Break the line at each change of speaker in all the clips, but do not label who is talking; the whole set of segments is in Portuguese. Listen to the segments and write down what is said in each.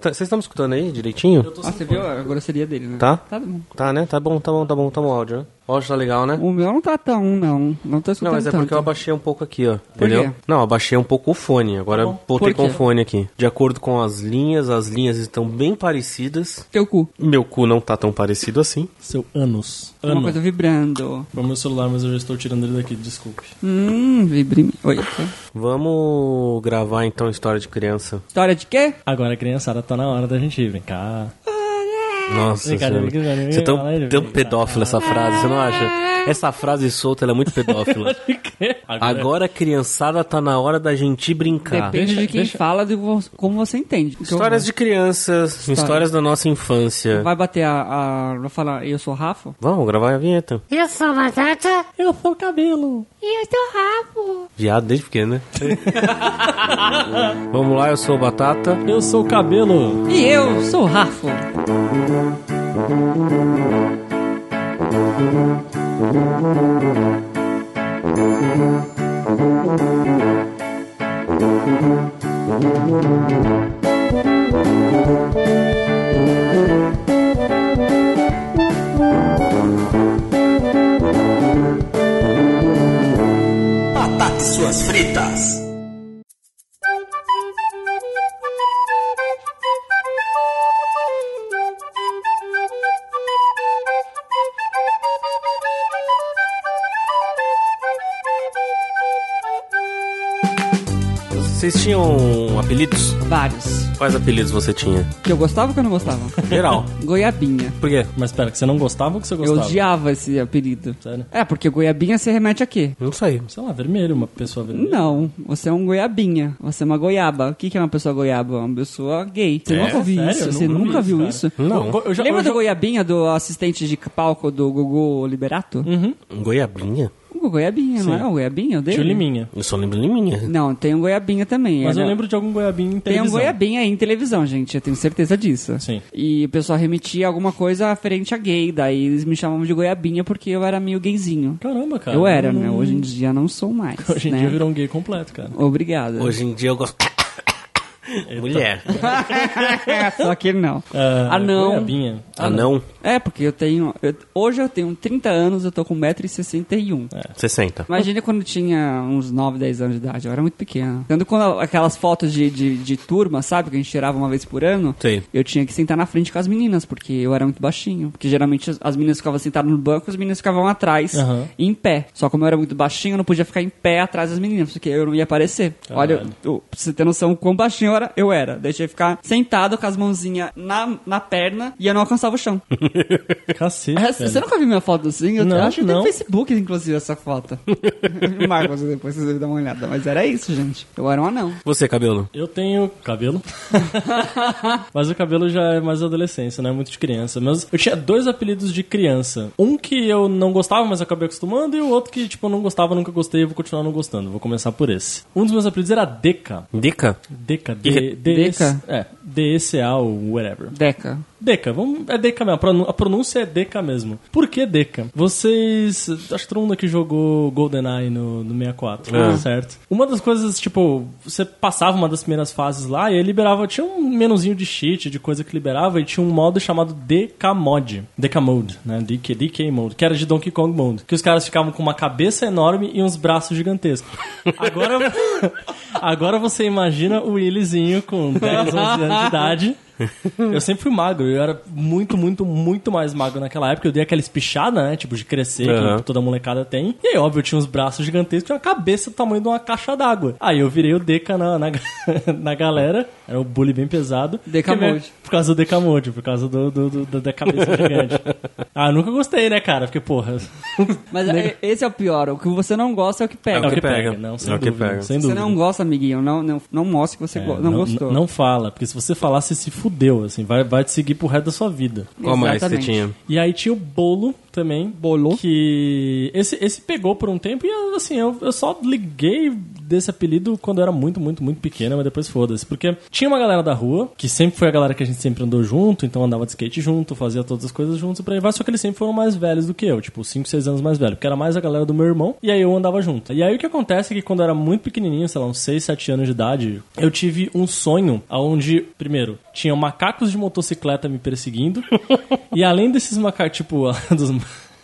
Tá- Vocês estão me escutando aí direitinho?
Ah, você viu a grosseria dele, né?
Tá?
Tá bom.
Tá, né? Tá bom, tá bom, tá bom, tá bom o áudio, né? O áudio tá legal, né?
O meu não tá tão, não. Não tô escutando
Não, mas é porque eu
tanto.
abaixei um pouco aqui, ó.
Por
Entendeu?
quê?
Não, abaixei um pouco o fone. Agora voltei
Por
com o
quê?
fone aqui. De acordo com as linhas, as linhas estão bem parecidas.
Teu cu.
Meu cu não tá tão parecido assim.
Seu ânus.
Uma
Ano.
coisa vibrando.
É o meu celular, mas eu já estou tirando ele daqui, desculpe.
Hum, vibre. Oi.
Ah.
tá.
Vamos gravar então história de criança.
História de quê?
Agora, criançada, tá na hora da gente ir. Vem cá.
Nossa
Vem cá,
senhora.
vem cá, vem cá,
Você é tão,
vem cá.
tão pedófilo essa frase, você não acha? Essa frase solta, ela é muito pedófila. Agora, criançada, tá na hora da gente brincar.
Depende
Deixa-
de quem
deixa-
fala de vo- como você entende. Então,
Tá. Histórias de crianças, histórias da nossa infância.
Vai bater a. a vai falar, eu sou Rafa?
Vamos gravar a vinheta.
Eu sou batata
Eu sou o cabelo.
e eu sou rabo.
Viado desde pequeno, né? Vamos lá, eu sou o Batata.
Eu sou o cabelo.
E eu sou Rafa.
Batata e suas fritas.
Vocês tinham apelidos?
Vários.
Quais apelidos você tinha?
Que eu gostava ou que eu não gostava?
Geral.
Goiabinha.
Por quê?
Mas pera, que você não gostava ou que você
Eu
gostava? Tá.
odiava esse apelido.
Sério?
É, porque goiabinha se remete a quê?
Não sei.
Sei lá, vermelho, uma pessoa vermelha.
Não, você é um goiabinha. Você é uma goiaba. O que que é uma pessoa goiaba? É Uma pessoa gay. Você nunca ouviu
É, Sério?
isso?
Eu
Você
nunca
nunca
vi isso,
viu
cara.
isso?
Não.
Eu, eu já,
Lembra
eu
do
já...
goiabinha, do assistente de palco do Gugu Liberato?
Goiabinha?
O goiabinha, não
Hum. Sim.
é o goiabinha o dele?
Uhum. Tio Liminha.
Eu só lembro de minha.
Não, tem um goiabinha também.
Mas eu
Era-
lembro de algum goiabinho em
Tem um
televisão.
goiabinha aí em televisão, gente. Eu tenho certeza disso.
Sim.
E o pessoal remetia alguma coisa referente a gay. Daí eles me chamavam de goiabinha porque eu era meio gayzinho.
Caramba, cara.
eu era,
Não-
né? Hoje em dia não sou mais.
Tá. Hum. Hoje em
né?
dia virou um gay completo, cara.
Obrigado.
Hoje em dia eu gosto. Mulher.
Só que não.
Ah,
ah, não.
Goiabinha.
Ah, não?
É, porque eu tenho. eu- hoje eu tenho 30 anos, eu tô com 1,61m.
É.
60.
Imagina um. quando eu tinha uns 9, 10 anos de idade, eu era muito pequeno. Tanto quando aquelas fotos de, de, de turma, sabe, que a gente tirava uma vez por ano,
Sei.
eu tinha que sentar na frente com as meninas, porque eu era muito baixinho. Porque geralmente as, as meninas ficavam sentadas no banco, as meninas ficavam atrás,
Aham.
em pé. Só como eu era muito baixinho, eu não podia ficar em pé atrás das meninas, porque eu não ia aparecer. Olha,
Caralho.
eu, pra você ter noção quão baixinho eu era, eu era. Deixei ficar sentado com as mãozinhas na, na perna e eu não alcançava o chão.
Cacete,
Essa-
velho.
Você nunca viu minha foto assim? Eu
Não,
acho que tem
não.
no Facebook, inclusive, essa foto. Marcos, depois vocês dão uma olhada. Mas era isso, gente. Eu era um anão.
Você, cabelo?
Eu tenho cabelo. Mas o cabelo já é mais adolescência, não é muito de criança. Mas eu tinha dois apelidos de criança. Um que eu não gostava, mas acabei acostumando, e o outro que, tipo, eu não gostava, nunca gostei, e vou continuar não gostando. Vou começar por esse. Um dos meus apelidos era Deca.
Dica?
Deca,
Ih,
D, D,
Deca?
É, DSA ou whatever.
Deca.
Deca, vamos, é Deca mesmo, a pronu- a pronúncia é Deca mesmo. Por que Deca? Vocês, acho que todo mundo aqui jogou GoldenEye no, no 64,
Ah.
certo? Uma das coisas, tipo, você passava uma das primeiras fases lá e aí liberava, tinha um menuzinho de cheat, de coisa que liberava e tinha um modo chamado Deca Mod, Deca Mode, né, DK, DK Mode, que era de Donkey Kong Mode, que os caras ficavam com uma cabeça enorme e uns braços gigantescos. Agora, agora você imagina o Willyzinho com 10, 11 anos de idade... Eu sempre fui magro, eu era muito, muito, muito mais magro naquela época. Eu dei aquela espichada, né? Tipo, de crescer,
Aham.
que toda molecada tem. E aí, óbvio, eu tinha uns braços gigantescos e uma cabeça do tamanho de uma caixa d'água. Aí eu virei o Deca na, na, na galera. Era um bully bem pesado.
Deca
Porque, né,
Mode.
Por causa do Decamode, por causa do, do- do- do- da cabeça gigante. Ah, eu nunca gostei, né, cara? Porque, porra.
Mas é- esse é o pior. O que você não gosta é o que
É
pega.
o que pega.
Não, sem
É o que
dúvida.
pega.
Sem
Você
dúvida.
não gosta, amiguinho. Não, não, não mostre que você
É,
go- não, gostou.
Não fala, porque se você falar, você se fudeu, assim. Vai, vai te seguir pro resto da sua vida.
Qual mais você
Exatamente.
tinha?
E aí tinha o bolo também.
Bolo.
Que. Esse, esse pegou por um tempo e assim, eu, eu só liguei desse apelido quando eu era muito, muito, muito pequena, mas depois foda-se. Porque tinha uma galera da rua, que sempre foi a galera que a gente sempre andou junto, então andava de skate junto, fazia todas as coisas juntos e por aí vai, só que eles sempre foram mais velhos do que eu, tipo 5, 6 anos mais velho, porque era mais a galera do meu irmão, e aí eu andava junto. E aí o que acontece é que quando eu era muito pequenininho, sei lá, uns 6, 7 anos de idade, eu tive um sonho onde, primeiro, tinha macacos de motocicleta me perseguindo, e além desses macacos, tipo, dos...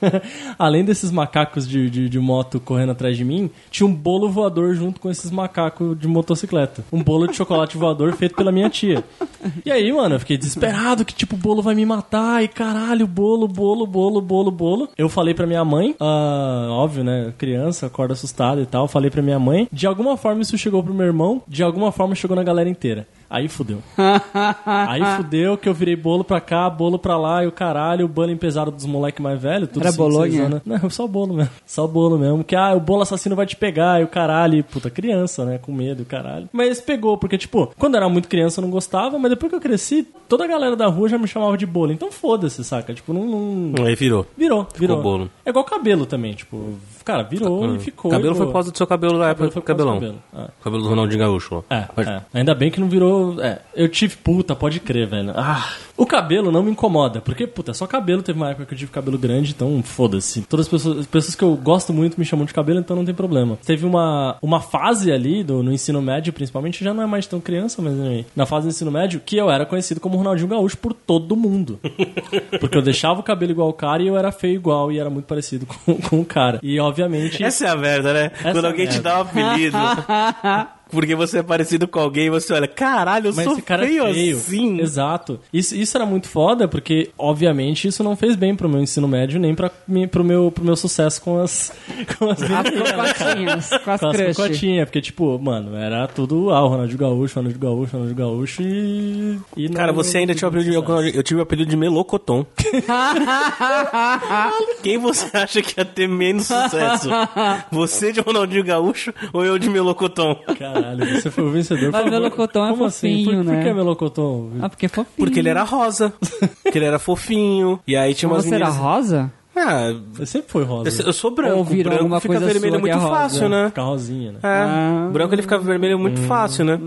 Além desses macacos de, de, de moto correndo atrás de mim, tinha um bolo voador junto com esses macacos de motocicleta. Um bolo de chocolate voador feito pela minha tia. E aí, mano, eu fiquei desesperado que, tipo, o bolo vai me matar. E caralho, bolo, bolo, bolo, bolo, bolo. Eu falei pra minha mãe, ah, óbvio, né? Criança, acorda assustada e tal. Falei pra minha mãe. De alguma forma isso chegou pro meu irmão, de alguma forma chegou na galera inteira. Aí fudeu. Aí fudeu que eu virei bolo pra cá, bolo pra lá, e o caralho, o bullying pesado dos moleque mais velho. Tudo
Era
cinco, seis
Bolonha?
anos. Não, só o bolo mesmo. Só o bolo mesmo. Que, ah, o bolo assassino vai te pegar, e o caralho. E, puta, criança, né? Com medo, e o caralho. Mas pegou, porque, tipo, quando eu era muito criança eu não gostava, mas depois que eu cresci, toda a galera da rua já me chamava de bolo. Então foda-se, saca? Tipo, não... não-
Aí virou.
Virou, virou.
bolo.
É igual cabelo também, tipo... Cara, virou e ficou.
Ah. cabelo
e
foi
boa.
por causa do seu cabelo da época
Cabelo
do
foi por causa do
cabelão. Cabelo.
cabelo,
do Ronaldinho Gaúcho, ó.
É,
Mas-
é. ainda bem que não virou. É, eu tive. Puta, pode crer, velho. Ah, o cabelo não me incomoda, porque, puta, é só cabelo. Teve uma época que eu tive cabelo grande, então foda-se. Todas as pessoas, as pessoas que eu gosto muito me chamam de cabelo, então não tem problema. Teve uma, uma fase ali, do, no ensino médio, principalmente, já não é mais tão criança, mas né, na fase do ensino médio, que eu era conhecido como Ronaldinho Gaúcho por todo mundo. Porque eu deixava o cabelo igual o cara e eu era feio igual e era muito parecido com, com o cara. E, obviamente.
Essa é a merda, né? Quando
é a
alguém te
merda.
dá um apelido. Porque você é parecido com alguém, você olha, caralho, eu
Mas
sou
esse cara
feio,
é feio.
assim.
Exato. Isso, isso era muito foda, porque, obviamente, isso não fez bem pro meu ensino médio, nem pra, mim- pro, meu, pro meu sucesso com as. Com as
Ah, As cocotinhas, com as
com as
crush.
cocotinhas, porque, tipo, mano, era tudo. Ah, o Ronaldinho Gaúcho, Ronaldinho Gaúcho, Ronaldinho Gaúcho e. e não-
Cara, você ainda tinha o apelido de. Eu tive o apelido de Melocoton. Quem você acha que ia ter menos sucesso? Você de Ronaldinho Gaúcho ou eu de Melocoton?
Caralho, você foi o vencedor.
Mas
por favor.
melocotão é
Como assim? Por,
fofinho,
por
né?
que Melocoton?
Ah, porque é fofinho.
Porque ele era rosa. Porque ele era fofinho. E aí tinha umas
Você era
meninas.
rosa?
Ah,
Você sempre foi rosa.
Eu sou- Eu sou branco.
Ou viram
branco
alguma
fica
coisa
vermelho
sua que
muito
é rosa.
fácil, né?
Ficar rosinha, né?
É.
Ah.
Branco ele fica vermelho muito fácil, né?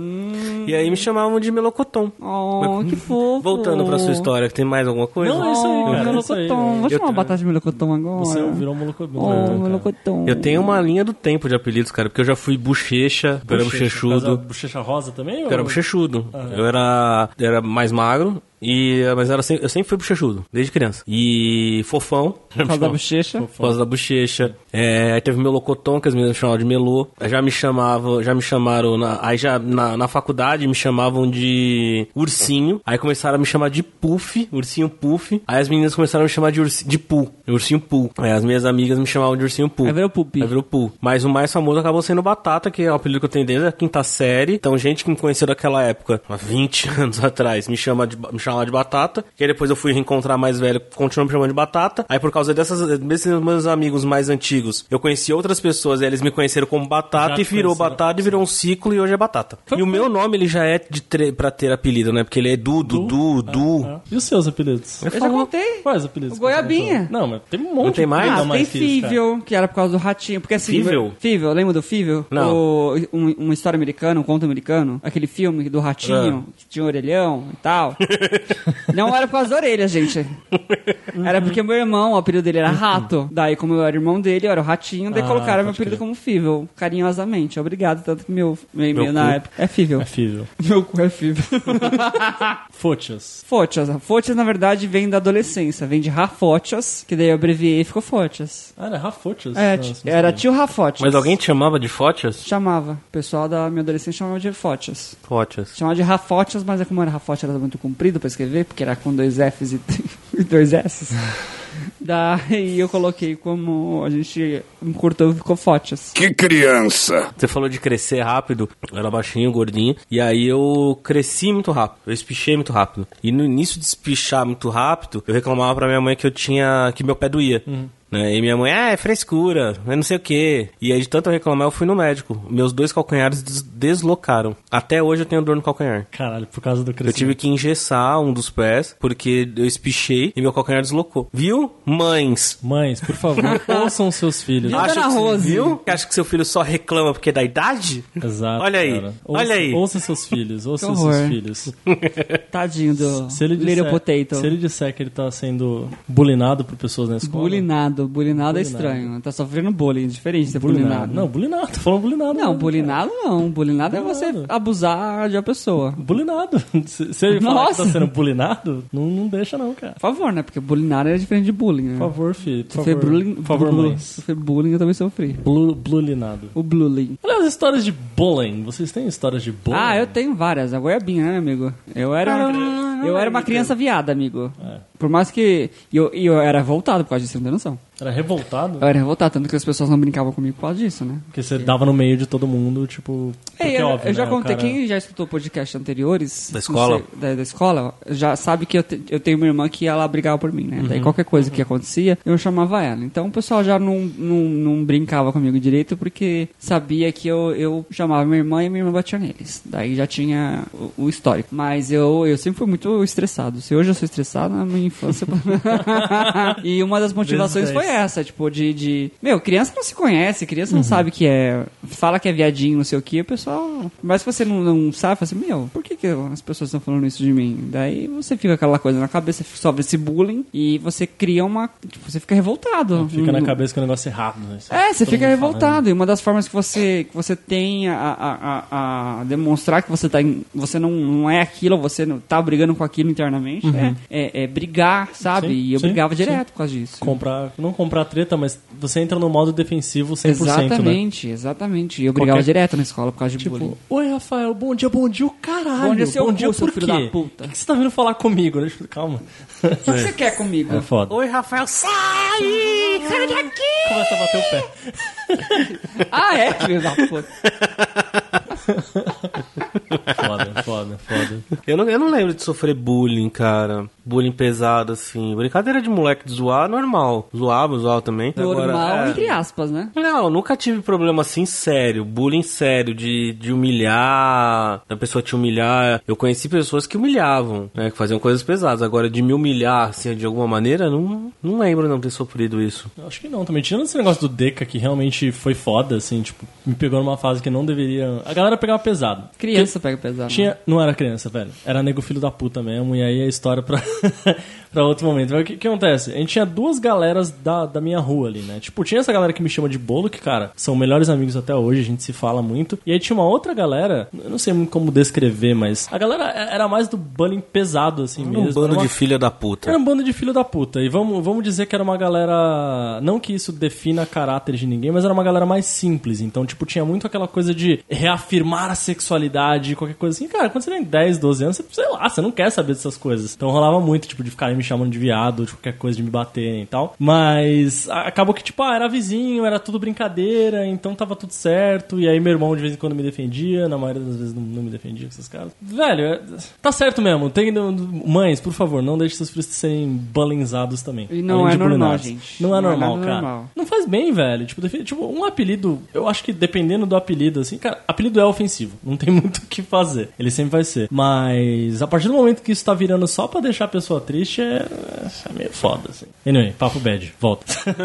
E aí me chamavam de melocotom.
Oh, que fofo.
Voltando pra sua história, que tem mais alguma coisa?
Não,
Oh,
É isso aí, cara, é isso aí.
melocotão. Vou
Eu
chamar
tenho-
batata de melocotão agora.
Você virou um melocotão.
Oh,
cara.
melocotão.
Eu tenho uma linha do tempo de apelidos, cara, porque eu já fui bochecha, eu era
por causa da
bochechudo.
Bochecha rosa também?
Eu era bochechudo. Eu era, eu era mais magro, e, mas era, sem- eu sempre fui bochechudo, desde criança. E fofão.
Por causa da bochecha.
Por causa da bochecha. É, aí teve o melocotão, que as meninas chamavam de melô. Aí Já me chamavam, já me chamaram, na, aí já na, na faculdade me chamavam de ursinho. Aí começaram a me chamar de puff, ursinho puff. Aí as meninas começaram a me chamar de, ursi, de pu, ursinho pu. Aí as minhas amigas me chamavam de ursinho pu.
Aí virou É Pupi.
Aí virou pu. Mas o mais famoso acabou sendo Batata, que é um apelido que eu tenho desde a quinta série. Então gente que me conheceu daquela época, há 20 anos atrás, me, chama de, ba- me chamava de Batata. Que aí depois eu fui reencontrar mais velho, continuou me chamando de Batata. Aí por causa dessas, desses meus amigos mais antigos, eu conheci outras pessoas, e eles me conheceram como Batata
Já
e virou
conheceram.
Batata e virou um ciclo e hoje é Batata. E o meu nome ele já é de tre- pra ter apelido, né? Porque ele é Edu, Dudu, Du.
Ah. é E os seus apelidos?
Eu já contei.
Quais apelidos?
O Goiabinha.
Não, mas tem um monte.
Não tem mais?
de
Ah,
Ainda
apelido
tem
que isso, cara.
Fível, que era por causa do ratinho. Porque assim.
Fível?
Fível, lembra do Fível?
Não.
O- um- uma história americana, um conto americano. Aquele filme do ratinho,
Ah.
que tinha um orelhão e tal. Não era por causa da orelha, gente. Era porque meu irmão, o apelido dele era rato. Daí, como eu era irmão dele, eu era o ratinho, daí
Ah,
colocaram meu
pode
apelido
crer.
como Fível, carinhosamente. Obrigado, tanto que meu, meu e-mail
Meu
na
cu.
época. É Fível.
É Fível.
Meu cu é Fível.
Fotias.
Fotias. Fotias, na verdade, vem da adolescência. Vem de Rafotias, que daí eu abreviei e ficou Fotias.
Ah, era Rafotias?
É,
Nossa,
ti-
não
era
sabia.
tio Rafotias.
Mas alguém te chamava de Fotias?
Chamava. O pessoal da minha adolescência chamava de Fotias.
Fotias.
Chamava de Rafotias, mas é como era Rafotias, era muito comprido pra escrever, porque era com dois Fs e, e dois Ss. Daí eu coloquei como... A gente encurtou e ficou Fotias.
Que criança!
Você falou de crescer rápido, eu era baixinho, gordinho, e aí eu cresci muito rápido, eu espichei muito
Uhum.
rápido. E no início de espichar muito rápido, eu reclamava pra minha mãe que eu tinha. que meu pé doía. né? E minha mãe, ah, é frescura, é não sei o quê. E aí, de tanto eu reclamar, eu fui no médico. Meus dois calcanhares des- deslocaram. Até hoje eu tenho dor no calcanhar.
Caralho, por causa do
Eu
crescimento.
tive que engessar um dos pés, porque eu espichei e meu calcanhar deslocou. Viu? Mães!
Mães, por favor, ouçam seus filhos.
Viu, dona
que,
Rose?
viu? Acha que seu filho só reclama porque é da idade?
Exato.
Olha aí,
cara. Ouça-
olha aí.
Ouça seus filhos, ouça
Que
seus
horror.
filhos.
Tadinho do
Se ele,
Little
disser,
Potato.
se ele disser que ele tá sendo bulinado por pessoas na escola.
Bulinado. Bulinado é estranho. Tá sofrendo bullying. é Diferente de ser bulinado.
Não, bulinado. Tô falando bulinado.
Não,
né?
bulinado não. Bulinado é você
Bulinado.
abusar de uma pessoa.
Bulinado. Se, se ele falar que tá
Nossa.
sendo bulinado, não, não deixa não, cara.
Por favor, né? Porque bulinado é diferente de bullying, né?
Por favor, filho. Por
Se foi
favor,
bullying,
por favor
blu-
mães.
se foi bullying, eu também sofri.
Blu- Blulinado.
O bullying.
Olha as histórias de bullying. Vocês têm histórias de bullying?
Ah, eu tenho várias. A goiabinha, né, amigo? Eu era, um- eu era uma criança viada, amigo.
É.
Por mais que... E eu, e eu era voltado por causa disso, não tem noção.
Era revoltado?
Eu era revoltado, tanto que as pessoas não brincavam comigo por causa disso, né?
Porque você dava no meio de todo mundo, tipo... Porque,
Ei, É, eu,
óbvio,
eu já
né, o
contei,
cara-
quem já escutou podcasts anteriores...
Da
não
escola?
sei, da, da escola, já sabe que eu, te- eu tenho uma irmã que ela brigava por mim, né?
Uhum.
Daí qualquer coisa que acontecia, eu chamava ela. Então o pessoal já não, não, não brincava comigo direito, porque sabia que eu, eu chamava minha irmã e minha irmã batia neles. Daí já tinha o, o histórico. Mas eu, eu sempre fui muito estressado. Se hoje eu sou estressado, na minha infância... e uma das motivações
Vezes
foi
dez.
essa, tipo, de, de- Meu, criança não se conhece, criança
Uhum.
não sabe que é. Fala que é viadinho, não sei o que, o pessoal. Mas se você não, não sabe, fala assim, meu, por que, que as pessoas estão falando isso de mim? Daí você fica aquela coisa na cabeça, sofre esse bullying e você cria uma. Tipo, você fica revoltado.
Fica na
Não-
cabeça que é um negócio errado, né?
é, você
Todo
fica
mundo né?
revoltado.
falando.
E uma das formas que você, que você tem a, a- a- a demonstrar que você, tá em- você não, não é aquilo, você não tá brigando com aquilo internamente, é, é- é brigar, sabe?
Uhum. Sim,
e eu
sim,
brigava
sim.
direto por causa disso.
Comprar... Não comprar treta, mas você entra no modo defensivo 100%, né?
Exatamente, exatamente. E eu brigava
Qualquer-
direto na escola por causa de bullying.
Tipo, oi Rafael, bom dia, bom dia, o caralho.
Bom dia, seu cu, seu
por
filho
quê?
da puta.
O que, que você tá vindo falar comigo? Deixa eu- Calma.
O que você quer comigo?
É foda.
Oi, Rafael, sai! Sai daqui!
Começa a bater o pé.
Ah, é, filho da puta.
Foda, foda, foda.
Eu não, eu não lembro de sofrer bullying, cara. Bullying pesado, assim. Brincadeira de moleque de zoar, normal. Zoava, zoava também.
Normal,
Agora, é.
entre aspas, né?
Não, nunca tive problema assim sério, bullying sério, de, de humilhar, da pessoa te humilhar. Eu conheci pessoas que humilhavam, né, que faziam coisas pesadas. Agora, de me humilhar, assim, de alguma maneira, não, não lembro não ter sofrido isso.
Eu Acho que não, também. Tirando esse negócio do Deca, que realmente foi foda, assim, tipo, me pegou numa fase que não deveria. A galera pegava pesado.
Criança pega pesado. né?
Tinha. Não era criança, velho. Era nego filho da puta mesmo. E aí a história pra, pra outro momento. Mas o que, que acontece? A gente tinha duas galeras da, da minha rua ali, né? Tipo, tinha essa galera que me chama de bolo, que, cara, são melhores amigos até hoje, a gente se fala muito. E aí tinha uma outra galera, eu não sei muito como descrever, mas. A galera era mais do bullying pesado, assim mesmo.
Um bando
Era uma-
de filha da puta.
era um bando de filho da puta. E vamos, vamos dizer que era uma galera. Não que isso defina caráter de ninguém, mas era uma galera mais simples. Então, tipo, tinha muito aquela coisa de reafirmar a sexualidade, qualquer coisa assim. Cara, quando você tem 10, 12 anos, você, sei lá, você não quer saber dessas coisas. Então rolava muito, tipo, de ficarem me chamando de viado, de qualquer coisa, de me baterem e tal. Mas a- acabou que, tipo, ah, era vizinho, era tudo brincadeira, então tava tudo certo. E aí meu irmão de vez em quando me defendia, na maioria das vezes não, não me defendia, esses caras. Velho, é- tá certo mesmo. Tem, mães, por favor, não deixe seus filhos serem balanzados também.
E não
Além
é
de
normal,
bulinados.
gente.
Não
Não
é
é
normal,
nada
cara.
normal.
Não faz bem, velho. Tipo, defi- tipo, um apelido, eu acho que dependendo do apelido, assim, cara, apelido é ofensivo. Não tem muito o que fazer. Ele sempre vai ser. Mas a partir do momento que isso tá virando só pra deixar a pessoa triste, é, é meio foda, assim. Anyway, papo bad. Volta.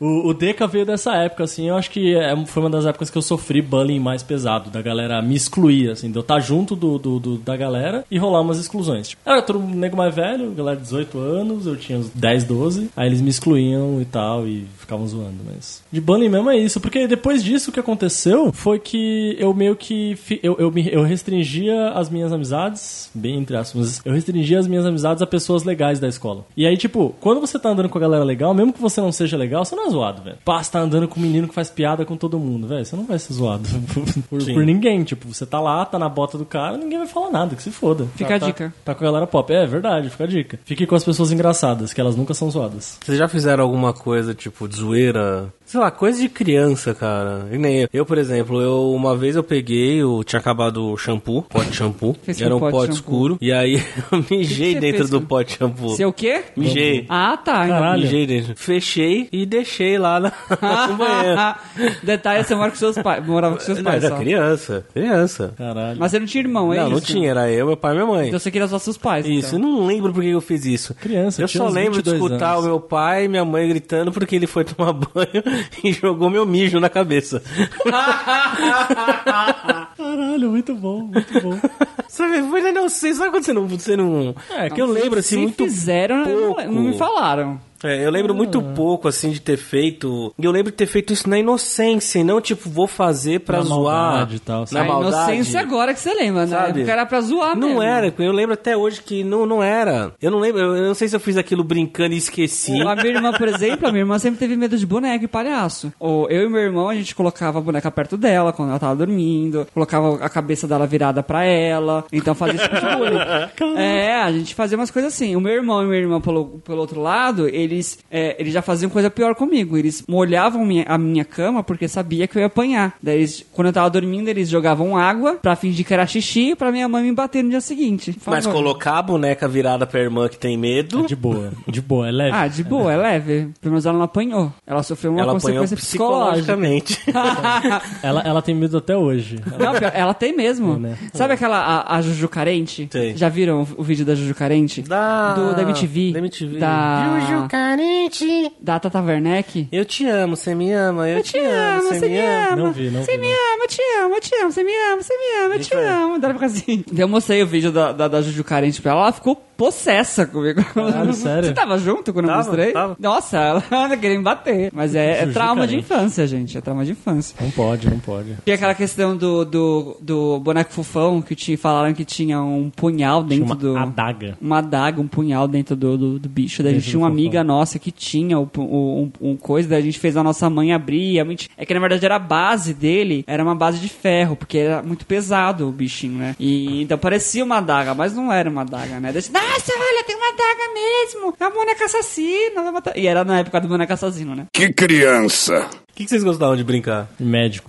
o, o Deca veio dessa época, assim. Eu acho que é- foi uma das épocas que eu sofri bullying mais pesado, da galera me excluir, assim, de eu estar junto do, do- do- da galera e rolar umas exclusões. Tipo, era todo um nego mais velho, galera de 18 anos, eu tinha uns 10, 12, aí eles me excluíam e tal, e ficavam zoando, mas. De bullying mesmo é isso, porque depois disso o que aconteceu foi que eu meio que. fi- Eu, eu, me- eu restringia as minhas amizades, bem entre aspas, eu restringia as minhas amizades a pessoas legais da escola. E aí, tipo, quando você tá andando com a galera legal, mesmo que você não seja legal, você não é zoado, velho. Pá, você tá andando com um menino que faz piada com todo mundo, velho. Você não vai ser zoado por, por ninguém. Tipo, você tá lá, tá na bota do cara, ninguém vai falar nada, que se foda.
Fica
Tá-
a
tá-
dica.
Tá com a galera pop. É verdade, fica a dica. Fique com as pessoas engraçadas, que elas nunca são zoadas.
Vocês já fizeram alguma coisa, tipo, de zoeira? Sei lá, coisa de criança, cara. E nem eu. Eu, por exemplo, eu uma vez eu peguei, eu tinha acabado o shampoo, pote de shampoo.
Fez com
era um
pote
pote,
de shampoo.
escuro. E aí eu mijei
você
dentro
fez
do
com-
pote shampoo.
Seu é quê?
Mijei.
Ah, tá.
Caralho.
Mijei dentro. Fechei e deixei lá na, no banheiro.
Detalhe, você mora com seus pais. Morava com seus
Não,
pais
era
só.
criança, criança.
Caralho.
Mas você não tinha irmão, é
não,
isso?
não tinha, era eu, meu pai e minha mãe.
Então você queria só seus pais.
Isso, eu
então.
não lembro por que eu fiz isso.
Criança,
eu
tinha
só
uns
lembro de
22
escutar
anos.
o meu pai e minha mãe gritando porque ele foi tomar banho e jogou meu mijo na cabeça.
Caralho, muito bom, muito bom.
sabe, foi, não sei, sabe quando você não. Você não...
É,
que eu lembro assim
Se
muito.
fizeram, eu não,
pouco.
não me falaram.
É, eu lembro muito pouco, assim, de ter feito. E eu lembro de ter feito isso na inocência, e não tipo, vou fazer pra
Na
zoar.
maldade e tal,
na
sabe?
a
maldade.
inocência agora que você lembra, né?
Sabe?
Porque era pra zoar
Não
mesmo.
era, eu lembro até hoje que não, não era. Eu não lembro, eu, eu não sei se eu fiz aquilo brincando e esqueci.
A minha irmã, por exemplo, a minha irmã sempre teve medo de boneca e palhaço. Ou eu e meu irmão, a gente colocava a boneca perto dela quando ela tava dormindo, colocava a cabeça dela virada pra ela, então fazia esse tipo de bullying. É, a gente fazia umas coisas assim. O meu irmão e minha irmã, pelo, pelo outro lado, eles, é, eles já faziam coisa pior comigo. Eles molhavam minha- a minha cama porque sabia que eu ia apanhar. Daí, eles, quando eu tava dormindo, eles jogavam água pra fingir que era xixi pra minha mãe me bater no dia seguinte.
Mas
Falava-
colocar a boneca virada pra irmã que tem medo.
De boa, de boa, é leve.
Ah, de boa, é leve. Pelo menos ela não apanhou. Ela sofreu uma
Ela apanhou
consequência é psicológica.
psicologicamente.
Ela, ela tem medo até hoje.
Não, pior, ela tem mesmo.
né?
Sabe aquela a, a Juju Carente?
É. Sei.
Já viram o, o vídeo da Juju Carente?
Da-
Do, da MTV.
da MTV.
Da,
Juju carente.
da Tata Werneck.
Eu te amo, você me ama, eu, te amo, você me ama.
Não vi, não
Você
vi,
me
não.
ama, eu te amo, eu te amo, você me ama, você me ama, eu te
Isso é.
amo. Dá pra ficar assim. Daí Eu mostrei o vídeo da, da, da Juju Carente pra ela, ela ficou possessa comigo.
Caralho, sério?
Você tava junto quando eu
Tava,
mostrei?
tava.
Nossa, ela anda querendo me bater. Mas é, é
Juju
trauma de
Carente.
infância, gente. É trauma de infância.
Não pode, não pode.
E aquela questão do, do, do boneco fofão que te falaram que tinha um punhal dentro
Uma
do.
adaga.
Uma adaga, um punhal dentro do, do, do bicho. Daí a gente
Dentro
tinha
do
uma
fofão.
amiga nossa que tinha o, pu- o- um, um coisa, daí a gente fez a nossa mãe abrir. e a gente- é que na verdade era a base dele, era uma base de ferro, porque era muito pesado o bichinho, né? E então parecia uma adaga, mas não era uma adaga, né? Daí, a gente, nossa, olha, tem uma adaga mesmo! É a boneca assassina! vai matar-" E era na época do boneco assassino, né?
Que criança!
O que que vocês gostavam de brincar?
Médico.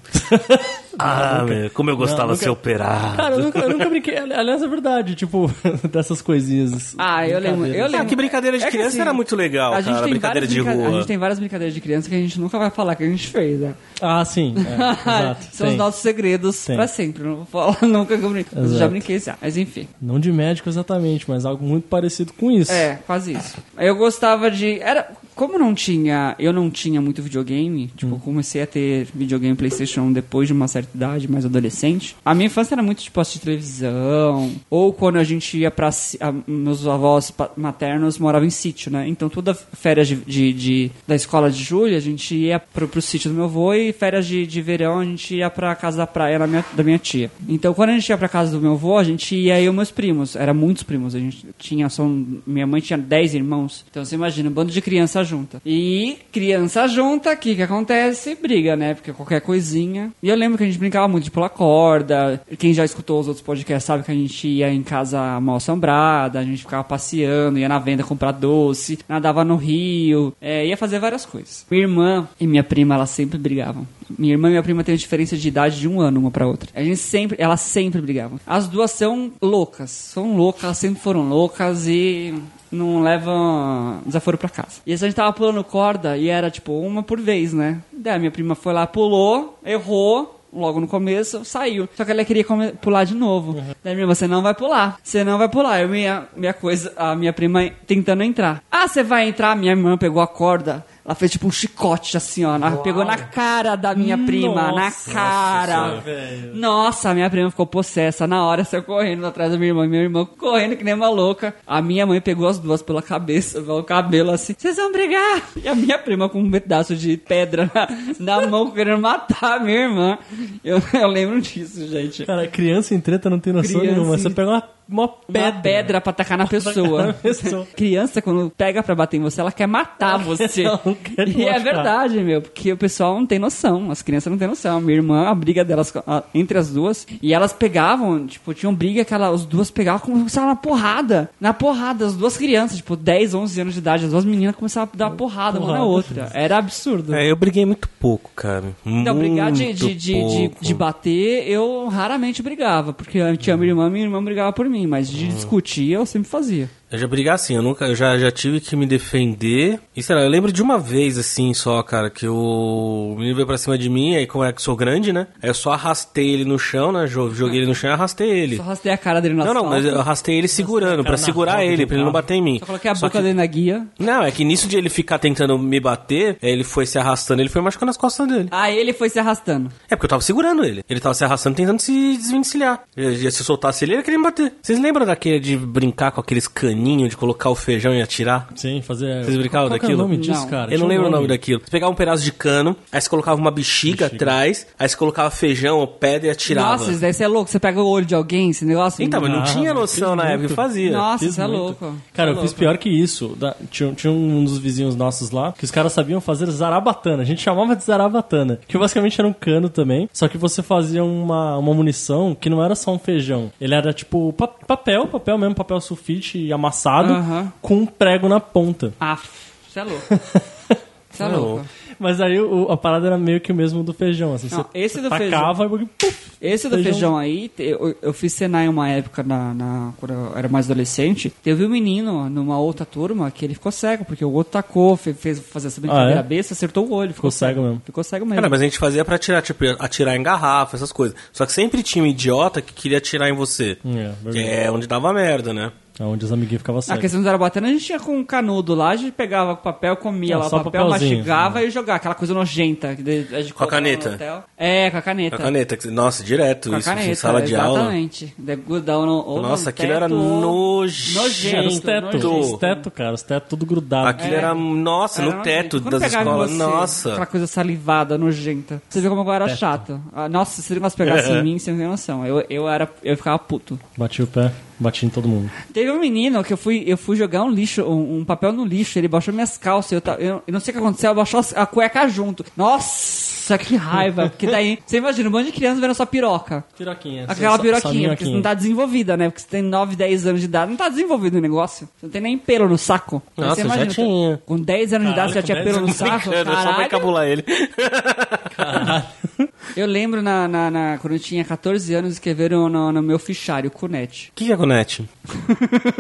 Ah, meu, como eu gostava
nunca-
de ser operado.
Cara, eu nunca, eu nunca brinquei. Aliás, é verdade, tipo, dessas coisinhas.
Ah, eu lembro. Eu lembro.
Ah, que brincadeira de
É que
criança era muito legal,
a gente
cara,
tem
brincadeira
várias
de
brinca-
rua.
A gente tem várias brincadeiras de criança que a gente nunca vai falar que a gente fez, né?
Ah, sim. é, exato.
São
tem.
os nossos segredos
Tem.
pra sempre. Não vou falar nunca que eu brinquei. Mas eu já
Exato.
brinquei já. Mas enfim.
Não de médico exatamente, mas algo muito parecido com isso.
É, quase isso. Eu gostava de. Era. Como não tinha. Eu não tinha muito videogame, tipo, eu comecei a ter videogame Playstation depois de uma certa idade, mais adolescente. A minha infância era muito, tipo, assistir televisão. Ou quando a gente ia pra. ci- a- meus avós pa- maternos moravam em sítio, né? Então toda férias de, de- de- da escola de julho, a gente ia pro, pro sítio do meu avô e férias de, de verão a gente ia pra casa da praia da minha, da minha tia. Então quando a gente ia pra casa do meu avô, a gente ia eu e meus primos. Era muitos primos. A gente tinha só. um- Minha mãe tinha 10 irmãos. Então você imagina, um bando de criança junta. E criança junta, o que que acontece? Briga, né? Porque qualquer coisinha. E eu lembro que a gente brincava muito de pular corda. Quem já escutou os outros podcasts sabe que a gente ia em casa mal assombrada, a gente ficava passeando, ia na venda comprar doce, nadava no rio, é, ia fazer várias coisas. Minha irmã e minha prima, elas sempre brigavam. Minha irmã e minha prima têm diferença de idade de um ano uma pra outra. A gente sempre, elas sempre brigavam. As duas são loucas, são loucas, elas sempre foram loucas e não levam desaforo pra casa. E a gente tava pulando corda e era tipo uma por vez, né? Daí a minha prima foi lá, pulou, errou, logo no começo, saiu. Só que ela queria come- pular de novo.
Uhum.
Daí minha irmã, você não vai pular. Você não vai pular. Eu, minha, minha coisa, a minha prima tentando entrar. Ah, você vai entrar? Minha irmã pegou a corda. Ela fez tipo um chicote assim, ó. Ela pegou na cara da minha prima.
Nossa
na cara.
Senhora, velho.
Nossa, a minha prima ficou possessa. Na hora saiu correndo atrás da minha irmã. Minha irmã correndo que nem uma louca. A minha mãe pegou as duas pela cabeça, pelo cabelo assim. Vocês vão brigar! E a minha prima com um pedaço de pedra na, na mão querendo matar a minha irmã. Eu, eu lembro disso, gente.
Cara, criança em treta não tem noção
Criança
nenhuma.
em-
Você pega uma, uma pedra.
Uma pedra pra atacar na pessoa.
pessoa.
Criança, quando pega pra bater em você, ela quer matar você.
Ela não quer te
e é
machucar.
verdade, meu, porque o pessoal não tem noção. As crianças não têm noção. A minha irmã, a briga delas co- a- entre as duas, e elas pegavam, tipo, tinham briga que ela, as duas pegavam e começavam na porrada. Na porrada, as duas crianças, tipo, 10, 11 anos de idade, as duas meninas começavam a dar porrada, uma na
Porrada.
outra. Era absurdo.
É, eu briguei muito pouco, cara.
Não, brigar de,
Muito
de, de, de,
pouco.
de bater, eu raramente brigava, porque eu tinha minha irmã, minha irmã brigava por mim, mas de discutir eu sempre fazia.
Eu já brigar assim, eu nunca, eu já, já tive que me defender. E sei lá, eu lembro de uma vez assim só, cara, que o menino veio pra cima de mim, aí como é que eu sou grande, né? Aí eu só arrastei ele no chão, né? Jo- Joguei ele no chão e arrastei ele.
Só arrastei a cara dele no
Não, não,
asfalto.
mas eu arrastei ele segurando, pra
na
segurar
roda
ele,
do
pra ele não
carro.
bater em mim.
Só coloquei a
Só
boca
que-
dele na guia.
Não, é que nisso de ele ficar tentando me bater, é, ele foi se arrastando, ele foi machucando as costas dele.
Ah, ele foi se arrastando.
É porque eu tava segurando ele. Ele tava se arrastando, tentando se desvencilhar. E- e Se eu soltasse ele, ele queria me bater. Vocês lembram daquele de brincar com aqueles caninhos, de colocar o feijão e atirar?
Sim, fazer.
Vocês brincavam
Qual que
daquilo?
É o nome disso,
Não.
cara?
eu não
Tinha um
lembro o nome daquilo. Você pegava um pedaço de cano, aí você colocava uma bexiga, atrás, aí você colocava feijão ou pedra e atirava.
Nossa, isso é daí você é louco. Você pega o olho de alguém, esse negócio.
então, mas não
Ah,
tinha
mas
noção
fiz
na época
muito.
que fazia.
Nossa,
Fiz
você é
muito.
louco.
Cara, eu fiz pior que isso. Da- tinha, tinha um dos vizinhos nossos lá que os caras sabiam fazer zarabatana. A gente chamava de zarabatana. Que basicamente era um cano também. Só que você fazia uma, uma munição que não era só um feijão. Ele era tipo pa- papel, papel mesmo, papel sulfite amassado
Aham.
com um prego na ponta.
Ah, você é louco. Você é
Não.
louco.
Mas aí o- a parada era meio que o mesmo do feijão. Assim,
Não,
você
esse do
tacava e puf,
Esse do
Feijão.
feijão, aí, te- eu, eu fiz Senai uma época, na, na- quando eu era mais adolescente. Teve um menino numa outra turma que ele ficou cego, porque o outro tacou, fe- fez, fazer essa brincadeira
Ah, é?
besta, acertou o olho.
Ficou cego mesmo.
Ficou cego mesmo.
Cara, mas a gente fazia pra atirar, tipo, atirar em garrafa, essas coisas. Só que sempre tinha um idiota que queria atirar em você.
É,
que
verdade.
é onde dava merda, né?
É onde os amiguinhos ficavam
Na
cegos.
questão do Zarabatana, a gente tinha com um canudo lá, a gente pegava o papel, comia
Ah,
lá o
só
papel,
papelzinho.
mastigava e jogava. Aquela coisa nojenta. que de- de colocar no
caneta.
hotel. É, com a caneta.
A caneta, que- nossa, direto,
Com a
isso,
caneta,
em sala de aula.
exatamente. De grudão no, ou
Nossa,
no
aquilo
teto,
era
ou-
nojento.
Era os
nojento.
tetos,
é nojento. É.
Nojento.
os tetos, cara, os tetos tudo grudado.
Aquilo era, nossa,
Era
no
nojento.
teto
Quando
das
pegava em
escolas.
você, Aquela
Nossa.
coisa salivada, nojenta. Você viu como eu era chato. Ah, Nossa, se nós pegassem assim em mim, você não tem noção. Eu, eu, era, eu ficava puto.
Bati o pé, bati em todo mundo.
Teve um menino que eu fui, eu fui jogar um lixo, um, um papel no lixo, ele baixou minhas calças, eu, ta- eu, eu não sei o que aconteceu, eu baixou as- a cueca junto. Nossa, que raiva. Porque daí, você imagina, um monte de criança vendo a sua piroca.
Piroquinha.
Aquela piroquinha, porque você não tá desenvolvida, né? Porque você tem 9, 10 anos de idade, não tá desenvolvido o negócio. Você não tem nem pelo no saco. Aí
Nossa,
você
eu já tinha.
Com 10 anos de idade você
Caralho,
já
com
tinha
10
pelo no saco.
Brincando, é só pra
Caralho.
encabular ele.
Eu lembro na, na- na- quando eu tinha 14 anos, escreveram no, no meu fichário, Cunete.
O que que é Conete?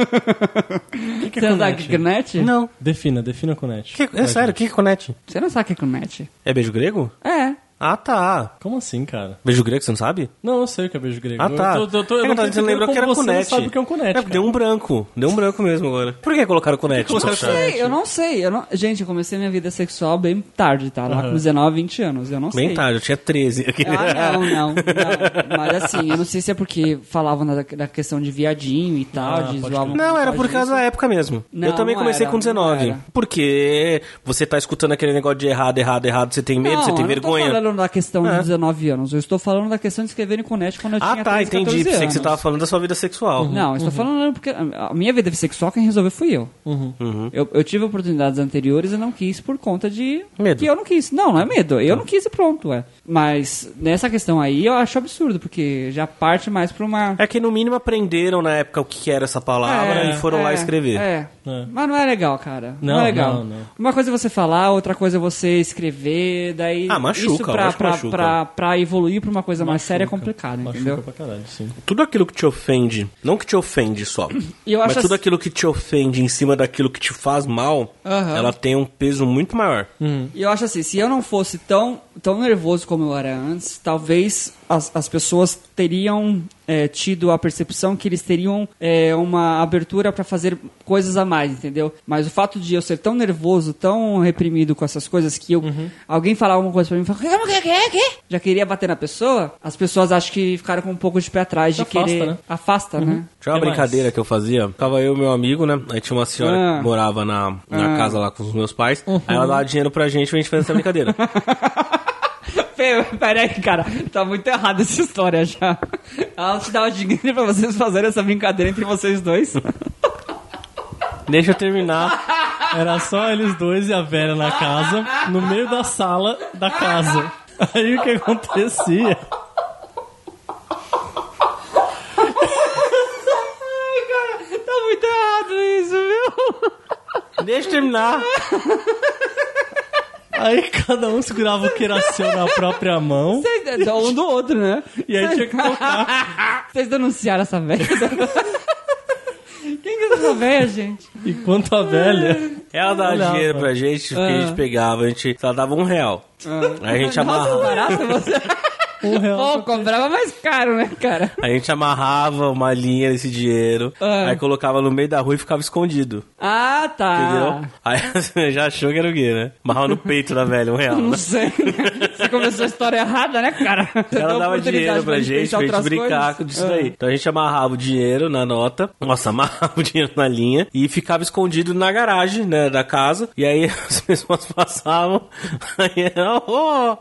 Você não sabe o que é Cunete?
Não.
Defina, defina com net.
Que- é sério, o que que é Conete?
Você não sabe o que é Cunete?
É beijo grego?
É.
Ah, tá.
Como assim, cara?
Beijo grego, você não sabe?
Não, eu sei o que é beijo grego.
Ah, tá.
Eu, tô, eu tô, eu
É
não
verdade,
tô
você lembrou
entendendo
que era
como você não
Conete.
sabe o que é um
É,
conete,
porque deu um branco. Deu um branco mesmo agora. Por que colocaram Conete?
Por que
no
colocaram
seu chat?
Conete?
Sei, eu não sei. Eu não... Gente, eu comecei minha vida sexual bem tarde, tá? Lá com
Aham.
19, 20 anos. Eu não sei.
Bem tarde, eu tinha 13.
Ah, não, não, não. Mas assim, eu não sei se é porque falavam da, da questão de viadinho e tal,
Ah,
de
pode
zoavam.
Não, era por
disso.
causa da época mesmo.
Não,
eu também
não
comecei
era,
com
não
19.
era.
Porque você tá escutando aquele negócio de errado, errado, errado, você tem medo,
não,
você tem
eu
vergonha.
Não tô falando da questão
É.
de 19 anos, eu estou falando da questão de escreverem com net quando eu
Ah,
tinha
tá,
13,
entendi.
14
Pensei que
anos.
você tava falando da sua vida sexual.
Uhum.
Não, eu estou falando porque a minha vida sexual quem resolveu fui eu.
Uhum.
Uhum.
eu. Eu tive oportunidades anteriores e não quis por conta de.
Medo. Tá.
Que eu não quis. Não, não é medo. Eu não quis e pronto, é. Mas nessa questão aí eu acho absurdo, porque já parte mais pra uma.
É que no mínimo aprenderam na época o que era essa palavra
É,
e foram
é,
lá escrever.
É.
É.
Mas não é legal, cara. Não,
Não,
é legal.
não, não.
Uma coisa é você falar, outra coisa é você escrever, daí.
Ah, machuca,
isso pra,
lógico que
pra,
machuca.
pra, pra evoluir pra uma coisa mais séria é
um,
complicado,
Machuca
entendeu?
pra caralho, sim.
Tudo aquilo que te ofende, não que te ofende só,
E eu
mas
acho
tudo
assim-
aquilo que te ofende em cima daquilo que te faz mal,
Aham.
ela tem um peso muito maior.
Hum,
E eu acho assim, se eu não fosse tão, tão nervoso como eu era antes, talvez as, as pessoas teriam é, tido a percepção que eles teriam é, uma abertura pra fazer coisas a mais, entendeu? Mas o fato de eu ser tão nervoso, tão reprimido com essas coisas, que eu,
Uhum.
alguém falar alguma coisa pra mim e falar, "Ah, o que, que, que? já queria bater na pessoa, as pessoas acho que ficaram com um pouco de pé atrás de
Afasta,
querer.
né?
Afasta, né?
Tinha uma
Que mais?
brincadeira que eu fazia. Tava eu e meu amigo, né? Aí tinha uma senhora
Ah.
que morava na, na
Ah.
casa lá com os meus pais.
Uhum.
Aí ela dava dinheiro pra gente pra gente fazer essa brincadeira.
Pera- Peraí, cara, tá muito errada essa história já. Ela te dava dinheiro pra vocês fazerem essa brincadeira entre vocês dois.
Deixa eu terminar.
Era só eles dois e a velha na casa, no meio da sala da casa. Aí o que acontecia?
Tá muito errado isso, viu?
Deixa eu terminar.
Aí cada um segurava o queraceu na própria mão.
Vocês, é um do outro, né?
E aí tinha que
Vocês denunciaram essa merda. Quem que Coisa velha, gente.
Enquanto a velha.
Ela dava
Olhava.
dinheiro pra gente, porque
Ah.
a gente pegava, a gente, ela dava um real. Aí a gente
Nossa,
amarrava.
barato você. é
Um real.
Pô, comprava mais caro, né, cara?
A gente amarrava uma linha desse dinheiro,
Ah.
aí colocava no meio da rua e ficava escondido.
Ah, tá.
Entendeu? Aí você já achou que era o quê, né? Amarrava no peito da velha, um real.
Não
né?
sei. né? Você começou a história errada, né, cara? Você
Ela
deu
dava
oportunidade
dinheiro pra gente,
pensar
pra gente
outras
brincar
coisas?
com disso
Ah.
daí. Então a gente amarrava o dinheiro na nota. Nossa, amarrava o dinheiro na linha e ficava escondido na garagem, né, da casa. E aí as pessoas passavam, aí era, ó,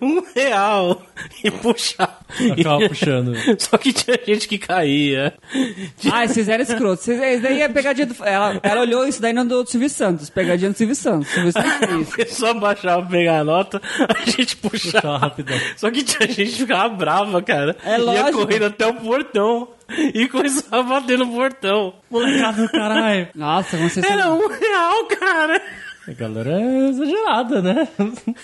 um real. E puxava.
Ficava puxando.
Só que tinha gente que caía. Tinha-
Ah, vocês eram escrotos. Vocês, isso daí é pegadinha do... Ela, ela olhou isso daí no do Silvio Santos. Pegadinha do Silvio Santos. Silvio Santos fez.
A pessoa baixava pra É pegar a nota, a gente
Puxava
puxava.
rapidão.
Só que tinha gente que ficava brava, cara.
É
Ia
lógico.
correndo até o portão e começava a bater no portão.
ah,
Molecada do caralho.
Nossa, como vocês
Era
são...
um real, cara.
A galera é exagerada, né?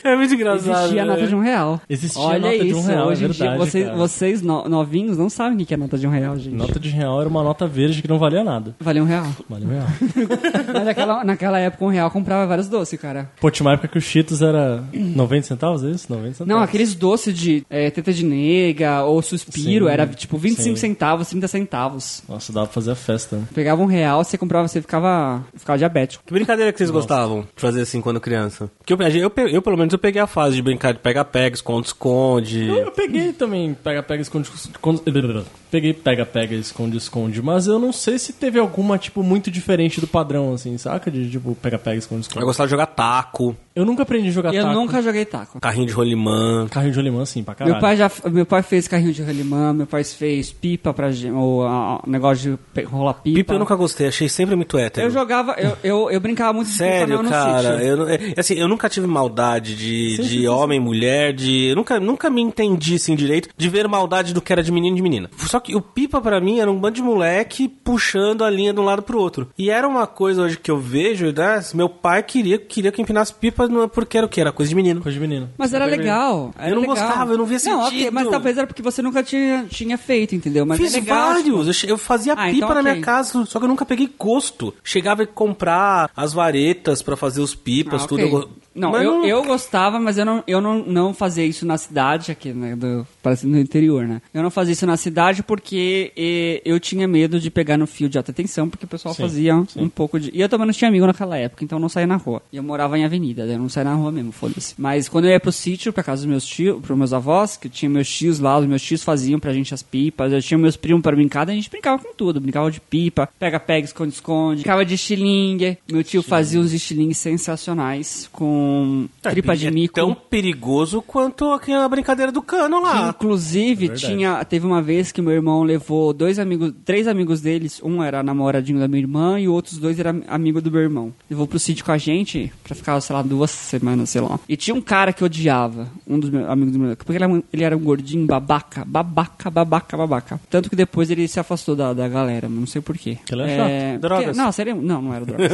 É muito engraçado.
Existia a
né?
nota de um real.
Existia
Olha
nota de um
isso,
real, é
hoje em
verdade,
dia. Vocês,
cara.
vocês no- novinhos não sabem o que que é nota de um real, gente.
Nota de real era uma nota verde que não valia nada.
Valeu um real.
Vale um real.
Mas naquela, naquela época, um real comprava vários doces, cara.
Pô, tinha uma época que o Cheetos era 90 centavos, é isso? 90 centavos.
Não, aqueles doces de é, teta de nega ou suspiro
Sim,
era tipo 25
sim.
centavos, 30 centavos.
Nossa, dava pra fazer a festa. né?
Pegava um real, você comprava, você ficava, ficava diabético.
Que brincadeira que vocês gostavam de fazer assim quando criança? Porque eu, eu, pe- eu, pelo menos, eu peguei a fase de brincar de pega-pega, esconde-esconde.
Eu peguei também pega-pega, esconde... esconde- Peguei pega-pega, esconde-esconde, mas eu não sei se teve alguma, tipo, muito diferente do padrão, assim, saca? De, tipo, pega-pega,
Eu
esconde-esconde.
gostava de jogar taco,
Eu nunca aprendi a jogar
Eu
taco.
nunca joguei taco.
carrinho de rolimã.
Carrinho de alemã, sim, pra caralho.
Meu pai, já, meu pai fez carrinho de rolimã, meu pai fez pipa pra gente, ou ah, negócio de pe- rolar pipa.
Pipa eu nunca gostei, achei sempre muito hétero.
Eu jogava, eu, eu, eu brincava muito de
Sério,
pipa não, no
cara,
sítio. né?
eu, não- é, assim, eu nunca tive maldade de, de homem, mulher, de. Eu nunca, nunca me entendi assim direito de ver maldade do que era de menino e de menina. Só que o pipa pra mim era um bando de moleque puxando a linha de um lado pro outro. E era uma coisa hoje que eu vejo, né? Meu pai queria, queria que eu empinasse pipa não é porque era o quê? Era coisa de menino.
Coisa de menino.
Mas era legal. era
não
legal.
gostava, eu não via
Não, ok,
sentido.
mas talvez era porque você nunca tinha, tinha feito, entendeu? Mas
Fiz
é legal.
vários, eu che- eu fazia
Ah,
pipa
então
na
ok.
minha casa, só que eu nunca peguei gosto. Chegava a comprar as varetas pra fazer os pipas,
Ah,
tudo.
ok.
eu go-
Não,
Mas
eu, eu gostava, mas eu não, eu não, não fazia isso na cidade, aqui, né? Do, parece no interior, né? Eu não fazia isso na cidade porque eh, eu tinha medo de pegar no fio de alta tensão, porque o pessoal
Sim,
fazia um, um pouco de. E eu também não tinha amigo naquela época, então eu não saía na rua. E eu morava em avenida, daí eu não saía na rua mesmo, foda-se. Mas quando eu ia pro sítio, pra casa dos meus tios, pros meus avós, que tinha meus tios lá, os meus tios faziam pra gente as pipas, eu tinha meus primos pra brincar, daí a gente brincava com tudo. Brincava de pipa, pega-pega, esconde-esconde, brincava de estilingue. Meu tio fazia uns estilingues sensacionais com tripa de
é
mico.
tão perigoso quanto aquela brincadeira do cano lá.
Inclusive,
Ah, é verdade.
tinha, teve uma vez que meu irmão levou dois amigos, três amigos deles, um era namoradinho da minha irmã e outros dois era amigo do meu irmão. Levou pro sítio com a gente pra ficar, sei lá, duas semanas, sei lá. E tinha um cara que eu odiava, um dos meus amigos do meu irmão, porque ele era, um, ele era um gordinho babaca, babaca, babaca, babaca. Tanto que depois ele se afastou da, da galera, mas não sei porquê.
Que ele era chato.
Drogas.
porque- não, sério, não, não era drogas.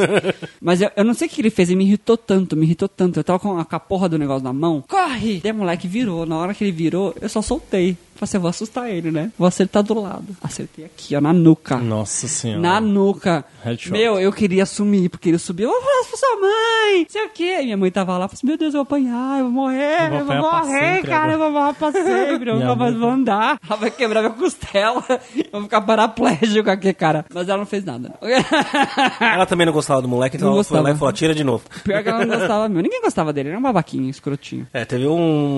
Mas eu, eu não sei o que ele fez, ele me irritou tanto, me irritou tanto. Eu tava com a caporra do negócio na mão. Corre! Daí o moleque virou. Na hora que ele virou, eu só soltei. Falei assim, eu vou assustar ele, né? Vou acertar do lado. Acertei aqui, ó, na nuca.
Nossa senhora.
Na nuca.
Headshot.
Meu, eu queria sumir, porque ele subiu. Eu vou falar pra sua mãe. Sei o quê. Minha mãe tava lá, falou assim, meu Deus, eu vou apanhar, eu vou morrer,
Eu
eu
vou
vou,
apanhar pra
morrer,
sempre
cara,
agora."
eu vou morrer pra sempre, eu
Minha
nunca mais
mãe
vou andar. Ela vai quebrar minha costela, eu vou ficar paraplégico aqui, cara. Mas ela não fez nada.
Ela também não gostava do moleque, então
Não
ela foi lá e
gostava.
falou: tira de novo.
Pior que ela não gostava mesmo. Ninguém gostava dele, era um babaquinho, escrotinho.
É, teve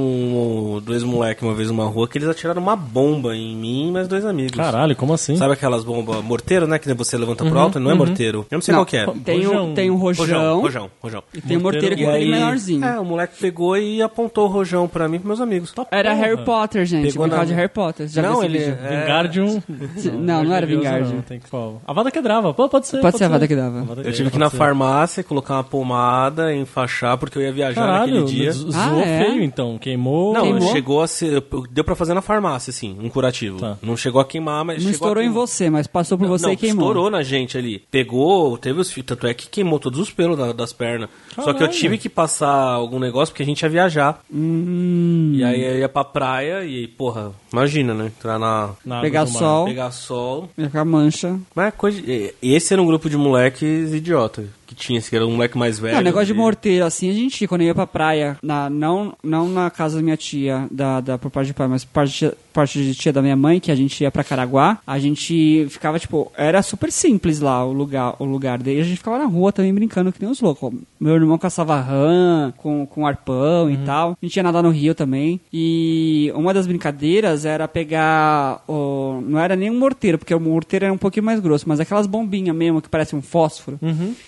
um. dois moleques uma vez numa rua que eles atiraram uma bomba em mim e mais dois amigos.
Caralho, como assim?
Sabe aquelas bombas morteiro, né? Que você levanta pro alto, não é morteiro. Eu não sei
Uhum, Não,
qual que é.
Tem
Rojão.
um, tem um rojão,
Rojão, rojão, rojão.
e tem um morteiro que
E
é
aí-
menorzinho.
É, o moleque pegou e apontou o rojão pra mim e pros meus amigos. Tá
Era
Porra.
Harry Potter, gente.
Pegou
Pegou brincava
na-
de Harry Potter. Já
não,
vi
ele.
esse vídeo.
é,
Vingardium.
Não, não era Vingardium.
um- Não, tem qual. A vada que dava. Pô, pode ser.
Pode ser a vada que dava.
A vada
Eu tive
dava,
que ir na
pode ser.
farmácia colocar uma pomada, enfaixar, porque eu ia viajar
Caralho,
naquele dia.
zo-
Ah,
zoou
é?
feio então. Queimou.
Não,
Queimou?
chegou a ser. Eu deu pra fazer na farmácia, assim, um curativo.
Tá.
Não chegou a queimar, mas.
Não
chegou
estourou
a
em
queimar.
você, mas passou por você
não,
e queimou.
estourou na gente ali. Pegou, teve os fios, tanto é que queimou todos os pelos da- das pernas. Só que eu
Caralho.
tive que passar algum negócio porque a gente ia viajar.
Hum,
E aí eu ia pra praia e, porra, imagina, né? Entrar na.
Na
Pegar
água do mar.
sol.
Pegar sol.
Ia ficar mancha.
Mas é coisa. de- Esse era um grupo de moleques idiota que tinha, esse que era um moleque mais velho.
Não, negócio de
e-
morteiro, assim, a gente, quando eu ia pra praia, na, não, não na casa da minha tia, da, da, por parte de pai, mas por parte, de- parte de tia da minha mãe, que a gente ia pra Caraguá, a gente ficava, tipo, era super simples lá o lugar, o lugar dele. A gente ficava na rua também brincando que nem os loucos. Meu irmão caçava rã com, com arpão e tal. A gente ia nadar no rio também. E uma das brincadeiras era pegar, o- não era nem um morteiro, porque o morteiro era um pouquinho mais grosso, mas aquelas bombinhas mesmo, que parece um fósforo.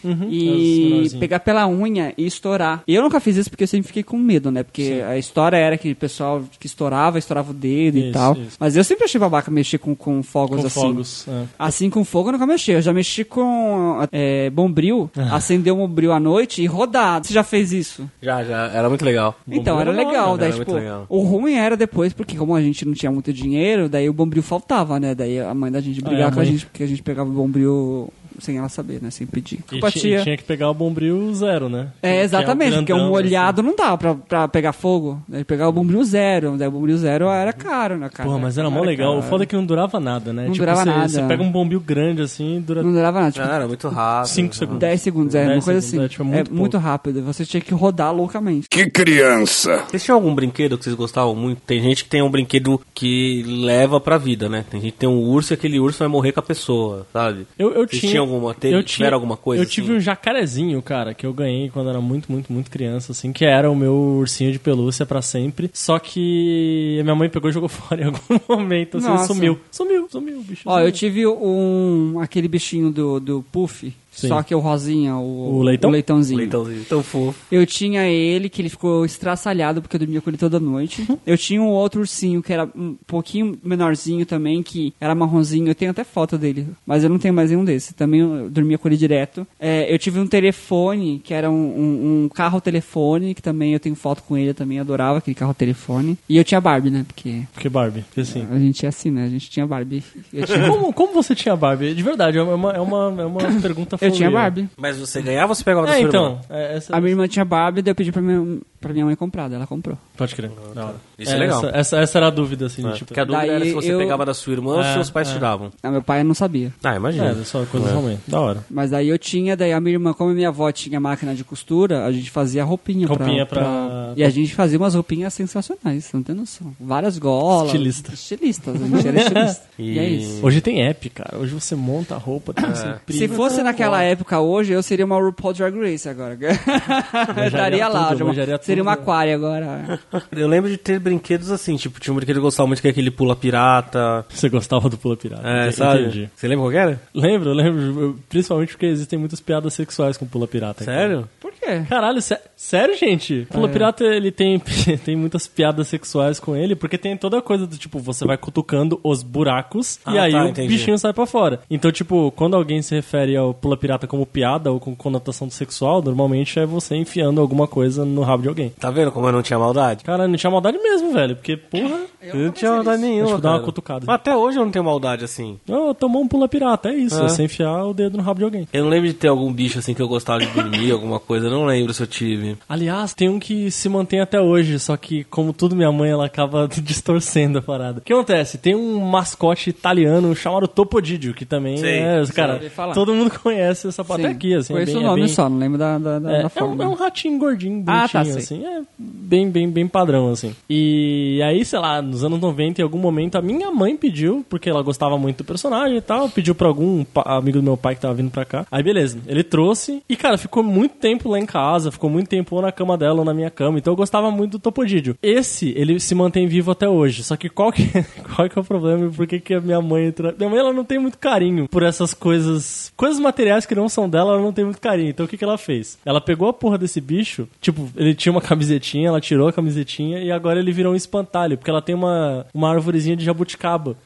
As
E
menorzinhas.
pegar pela unha e estourar. E eu nunca fiz isso porque eu sempre fiquei com medo, né? Porque a história era que o pessoal que estourava, estourava o dedo e
Isso,
tal.
isso.
Mas eu sempre achei babaca mexer com, com fogos
Com
assim.
fogos. é.
Assim com fogo eu nunca mexi. Eu já mexi com é, bombril,
Ah.
acender um bombril à noite e rodar. Você já fez isso?
Já, já. Era muito legal.
Então, era
era da
legal,
hora, né?
daí,
era
tipo,
muito legal.
o ruim era depois, porque como a gente não tinha muito dinheiro, daí o bombril faltava, né? Daí a mãe da gente
Ah, é,
brigava
a
com a
mãe.
gente, porque a gente pegava o bombril sem ela saber, né? Sem pedir.
E,
Culpa
ti-
tia.
e tinha que pegar o bombril zero, né? Que
É,
o
exatamente, porque um
grandão, assim.
molhado não dá pra, pra pegar fogo. Daí pegar o bombril zero. Daí o bombril zero era caro, né, cara?
Porra, mas era mó
Cara,
legal. O
cara.
foda é que não durava nada, né?
Não durava
você,
nada.
Você pega um bombril grande assim e dura
Não durava nada, tipo,
Ah, era muito rápido.
Cinco segundos.
10 segundos, é,
10
uma coisa assim.
segundos, é, tipo, é
é
muito pouco.
muito rápido, você tinha que rodar loucamente.
Que criança!
Vocês tinham algum brinquedo que vocês gostavam muito? Tem gente que tem um brinquedo que leva pra vida, né? Tem gente que tem um urso e aquele urso vai morrer com a pessoa, sabe?
Eu, eu
Vocês
tinha.
tinham alguma, teve,
eu
tiveram
tinha-
alguma coisa
Eu tive um
assim?
jacarezinho, cara, que eu ganhei quando era muito, muito, muito criança, assim, que era o meu ursinho de pelúcia pra sempre. Só que a minha mãe pegou e jogou fora em algum momento, assim,
Nossa.
sumiu. Sumiu, sumiu, o bicho.
Ó,
sumiu.
eu tive um. aquele bichinho do, do Puff,
Sim.
só que o rosinha, o,
O leitão?
leitãozinho.
Leitãozinho. Tão fofo.
Eu tinha ele, que ele ficou estraçalhado porque eu dormia com ele toda noite. Eu tinha um outro ursinho que era um pouquinho menorzinho também, que era marronzinho. Eu tenho até foto dele, mas eu não tenho mais nenhum desse. Também eu dormia com ele direto. É, eu tive um telefone, que era um, um- um carro telefone, que também eu tenho foto com ele, eu também adorava aquele carro telefone. E eu tinha Barbie, né? Porque
Porque Barbie, porque assim.
a gente é assim, né? A gente tinha Barbie. Eu tinha,
Como, como você tinha Barbie? De verdade, é uma, é uma, é uma pergunta
eu tinha
folia.
Barbie.
Mas você ganhava ou você pegava da
É,
sua
então.
irmã?
é, essa-
A minha irmã tinha Barbie, daí eu pedi pra minha, pra minha mãe comprar, daí ela comprou.
Pode crer. Da hora.
Isso é legal. É.
Essa, essa, essa era a dúvida, assim, de, tipo.
Porque a dúvida
Daí
era se você
eu-
pegava da sua irmã ou se
É,
seus pais
é.
tiravam.
Ah, meu pai não sabia.
Ah, imagina.
É, só coisa realmente. Da hora.
Mas aí eu tinha, daí a minha irmã, como a minha avó tinha máquina de costura, a gente fazia roupinha, pra-
Roupinha pra-
E a gente fazia umas roupinhas sensacionais, você não tem noção. Várias golas.
Estilista.
Estilistas, a gente era estilista. e... é isso.
Hoje tem app, cara. Hoje você monta a roupa,
É.
tem você imprime.
Se fosse naquela época hoje, eu seria uma RuPaul Drag Race agora. Eu daria
tudo,
lá, uma-
manjaria tudo.
seria uma aquária agora.
Eu lembro de ter brinquedos assim, tipo, tinha um brinquedo que eu gostava muito que é aquele pula pirata.
Você gostava do Pula Pirata.
É,
entendi.
sabe?
Entendi.
Você lembra qual que era?
Lembro, lembro. Eu- Principalmente porque existem muitas piadas sexuais com Pula Pirata. cara.
Sério? É.
Por quê?
Caralho, sé- sério, gente? Pula Pirata, ele tem, tem muitas piadas sexuais com ele, porque tem toda a coisa do tipo, você vai cutucando os buracos e
Ah,
aí
tá,
o
entendi.
bichinho sai pra fora. Então, tipo, quando alguém se refere ao Pula Pirata como piada ou com conotação sexual, normalmente é você enfiando alguma coisa no rabo de alguém.
Tá vendo como eu não tinha maldade?
Cara, não tinha maldade mesmo, velho, porque, porra,
Eu não, tinha maldade nenhuma.
Acho que dá uma
cara.
cutucada.
Mas até hoje eu não tenho maldade assim.
eu tomou um Pula Pirata, é isso,
É.
é você enfiar o dedo no rabo de alguém.
Eu não lembro de ter algum bicho assim que eu gostava de dormir, alguma coisa, eu não lembro se eu tive.
Aliás, tem um que se mantém até hoje, só que, como tudo minha mãe, ela acaba distorcendo a parada. O que acontece? Tem um mascote italiano chamado Topodidio, que também
Sim,
é.
sim.
Cara,
ouvi falar.
todo mundo conhece essa parte
Sim.
aqui, assim. é
Conheço
bem-
o
é
nome né?
bem-
só, não lembro da, da, da-
é,
da
é um,
forma.
é um ratinho gordinho, bonitinho,
Ah, tá, sei.
assim. É bem, bem, bem padrão, assim. E aí, sei lá, nos anos 90, em algum momento, a minha mãe pediu, porque ela gostava muito do personagem e tal, pediu pra algum pa- amigo do meu pai que tava vindo pra cá. Aí, beleza, ele trouxe. E, cara, ficou muito tempo lá em casa, ficou muito tempo ou na cama dela ou na minha cama. Então, eu gostava muito do Topodídio. Esse, ele se mantém vivo até hoje. Só que qual que, qual que é o problema e por que, que a minha mãe... Tra... Minha mãe, ela não tem muito carinho por essas coisas... Coisas materiais que não são dela, ela não tem muito carinho. Então, o que, que ela fez? Ela pegou a porra desse bicho, tipo, ele tinha uma camisetinha, ela tirou a camisetinha e agora ele virou um espantalho, porque ela tem uma, uma arvorezinha de jabuticaba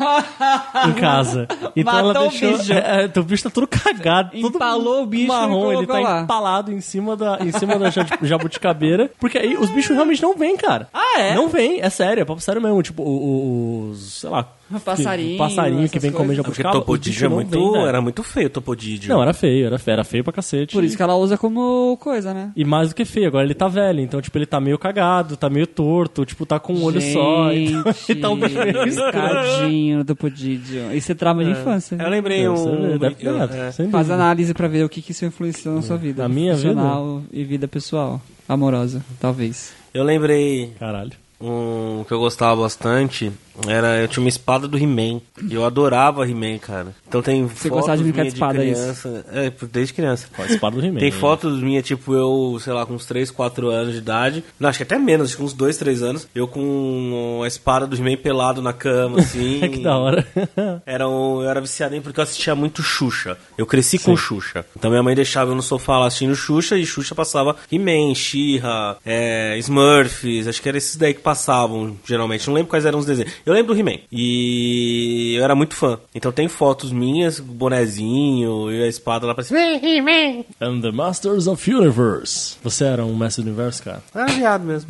em casa. Então ela
Matou o
deixou...
bicho.
É, é, então o bicho tá todo cagado. todo
Empalou o bicho e
marrom, ele
colocou
tá
lá.
empalado em cima da, em cima da jabu- jabuticabeira, porque aí os bichos realmente não vêm, cara.
Ah, é?
Não vem, é sério, é papo sério mesmo. Tipo, o- o- os, sei lá...
Passarinho,
que- passarinho que
essas
vem comer
coisas.
Porque
jabuticaba, os bichos
Topodidio é
não
muito,
vêm, velho.
era muito feio, Topodidio.
Não, era feio, era feio, era feio pra cacete.
Por isso que ela usa como coisa, né?
E mais do que feio, agora ele tá velho, então, tipo, ele tá meio cagado, tá meio torto, tipo, tá com um olho só. Então,
Gente,
tá um bicho meio estranho.
Tadinho do Podidio. Isso é trauma de infância.
Eu lembrei
Deve ser,
um.
deve ter,
eu-
deve
é.
ser
Faz
mesmo.
análise pra ver o que, que isso influenciou na sua vida.
É. Na minha vida?
profissional e vida pessoal. Amorosa, talvez.
eu lembrei
Caralho.
um que eu gostava bastante. Era, eu tinha uma espada do He-Man. E eu adorava He-Man, cara. Então tem
Você
fotos
gostava de brincar
minha
de espada, é isso?
criança. É, desde criança.
Ó, espada do He-Man.
Tem
né?
fotos minha, tipo, eu, sei lá, com uns 3, 4 anos de idade. Não, acho que até menos, acho que uns 2, 3 anos. Eu com a espada do He-Man pelado na cama, assim.
É que da hora.
Era um- eu era viciado em porque eu assistia muito Xuxa. Eu cresci com Xuxa. Então minha mãe deixava eu no sofá lá assistindo Xuxa e Xuxa passava He-Man, She-Ra, é, Smurfs. Acho que era esses daí que passavam, geralmente. Não lembro quais eram os desenhos. Eu lembro do He-Man. E eu era muito fã. Então tem fotos minhas, bonezinho e a espada lá pra cima.
Vem, He-Man.
And the Masters of Universe. Você era um mestre do universo, cara?
Ah, viado mesmo.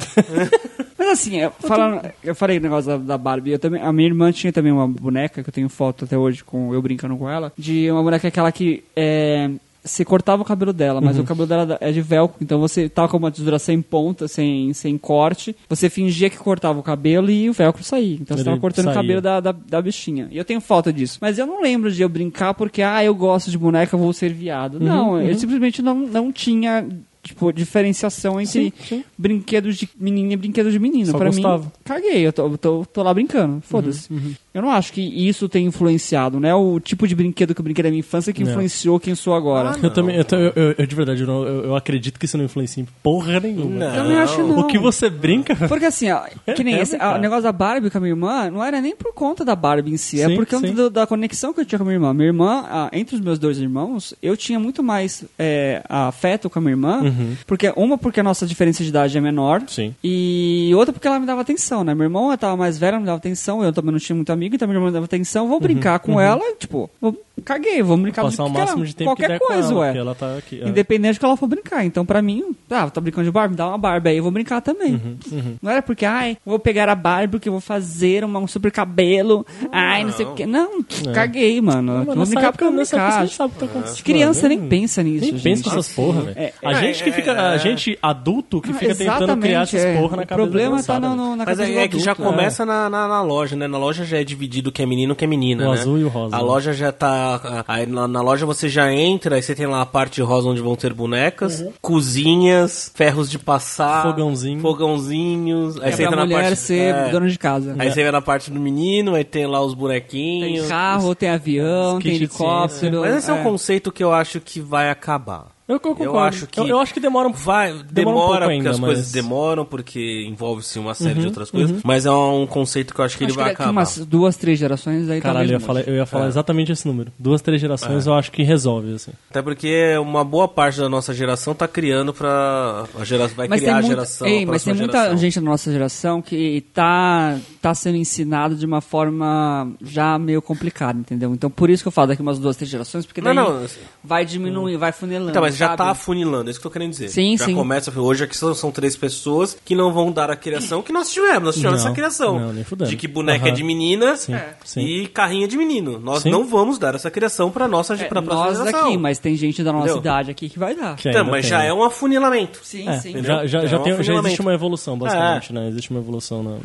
Mas assim, eu, falando, eu falei do negócio da, da Barbie. Eu também, a minha irmã tinha também uma boneca, que eu tenho foto até hoje com eu brincando com ela, de uma boneca aquela que é, se cortava o cabelo dela, mas
Uhum.
o cabelo dela é de velcro, então você tava com uma tesoura sem ponta, sem, sem corte, você fingia que cortava o cabelo e o velcro saía. Então você
Ele
tava cortando
saía.
o cabelo da, da, da bichinha. E eu tenho foto disso. Mas eu não lembro de eu brincar porque, ah, eu gosto de boneca, eu vou ser viado.
Uhum,
não, eu simplesmente não, não tinha. Tipo, diferenciação entre brinquedos de menina e brinquedos de menino.
Só
pra mim,
gostava. Uhum,
caguei. Eu tô, eu tô, tô lá brincando. Foda-se. Eu não acho que isso tenha influenciado, né? O tipo de brinquedo que eu brinquei na minha infância que
Não.
influenciou quem sou agora.
Eu também, eu, também- eu- eu- de verdade, eu, não- eu- eu acredito que isso não influencia em porra nenhuma.
Não.
eu não acho, não.
O que você brinca,
Porque assim, ó, que nem
É,
esse,
cara.
o negócio da Barbie com a minha irmã não era nem por conta da Barbie em si, é
Sim,
por conta
sim.
do- da conexão que eu tinha com a minha irmã. Minha irmã, ah, entre os meus dois irmãos, eu tinha muito mais é, afeto com a minha irmã, porque uma porque a nossa diferença de idade é menor,
Uhum. Sim.
e outra porque ela me dava atenção, né? Meu irmão ela tava mais velha, não me dava atenção, eu também não tinha muito amigo, então minha irmã me dava atenção, vou brincar com ela, e, tipo, vou, caguei, vou brincar
Uhum. passar
do
o
que que
máximo
ela-
de tempo
qualquer
que der
coisa,
com ela,
ué.
porque ela tá aqui. é.
Independente do que ela for brincar. Então, pra mim, tá, tá brincando de Barbie, dá uma Barbie aí, eu vou brincar também.
Uhum,
Não era porque, ai, vou pegar a Barbie porque eu vou fazer uma- um super cabelo, ai, não sei o quê. Não, caguei, mano.
É. Mas
vou
nessa
brincar porque eu Ah,
época-
vou
nessa época
brincar.
você sabe o que tá acontecendo.
De criança nem pensa nisso,
Nem
gente.
pensa nessas porra, velho.
É,
a gente que fica. A gente adulto que fica tentando
Ah, Exatamente,
criar essas
é.
porra na
O
cabeça.
problema
da
tá
criançada.
no, no, na
Mas
cabeça
é,
do
é que já
adulto, é.
começa na, na, na loja, né? Na loja já é dividido o que é menino o que é menina,
O
né?
azul e o rosa,
A
né?
loja já tá... Aí na, na loja você já entra, aí você tem lá a parte rosa onde vão ter bonecas, cozinhas, ferros de passar...
Uhum. Fogãozinho.
Fogãozinhos. Aí
É
você
pra
entra na
mulher
parte...
ser
é.
dona de casa.
Aí você vê na parte do menino, aí tem lá os
Tem
bonequinhos.
carro, tem avião,
os
tem
kits de
helicóptero.
Mas esse é. um
é.
conceito que eu acho que vai acabar.
Eu, eu concordo.
Eu acho que-
eu, eu acho que demora um
Vai, demora,
um pouco
porque
ainda,
as
mas- Uhum,
coisas demoram, porque envolve-se uma série de outras coisas, mas é um conceito que eu acho que ele
Acho
vai
que daqui
acabar.
umas duas, três gerações aí
Caralho, eu ia
talvez
falar,
mude.
eu ia falar exatamente esse número. Duas, três
É.
gerações eu acho que resolve, assim.
Até porque uma boa parte da nossa geração tá criando pra. A gera... Vai criar a
muita-
geração.
Ei,
a
mas
próxima
tem muita
geração.
gente da nossa geração que tá, tá sendo ensinado de uma forma já meio complicada, entendeu? Então por isso que eu falo daqui umas duas, três gerações, porque
Não,
daí
não, assim-
vai diminuir, vai funilando.
Então, mas já
sabe?
tá afunilando, é isso que eu tô querendo dizer.
Sim,
já
sim.
começa, hoje aqui são, são três pessoas que não vão dar a criação que nós tivemos. Nós tivemos
Não,
essa criação.
não, nem fudendo.
de que boneca é
Aham.
de menina
Sim,
é,
sim.
e carrinha de menino. Nós
Sim.
não vamos dar essa criação pra, nossa,
É,
pra próxima
nós
geração.
aqui, mas tem gente da nossa
Entendeu?
idade aqui que vai dar.
Que
Então,
ainda
mas
tem,
já
né?
é um afunilamento.
Sim,
É,
sim.
já, já, já,
É um É.
tem- já existe
afundilamento.
uma evolução, basicamente, né? Existe uma evolução na,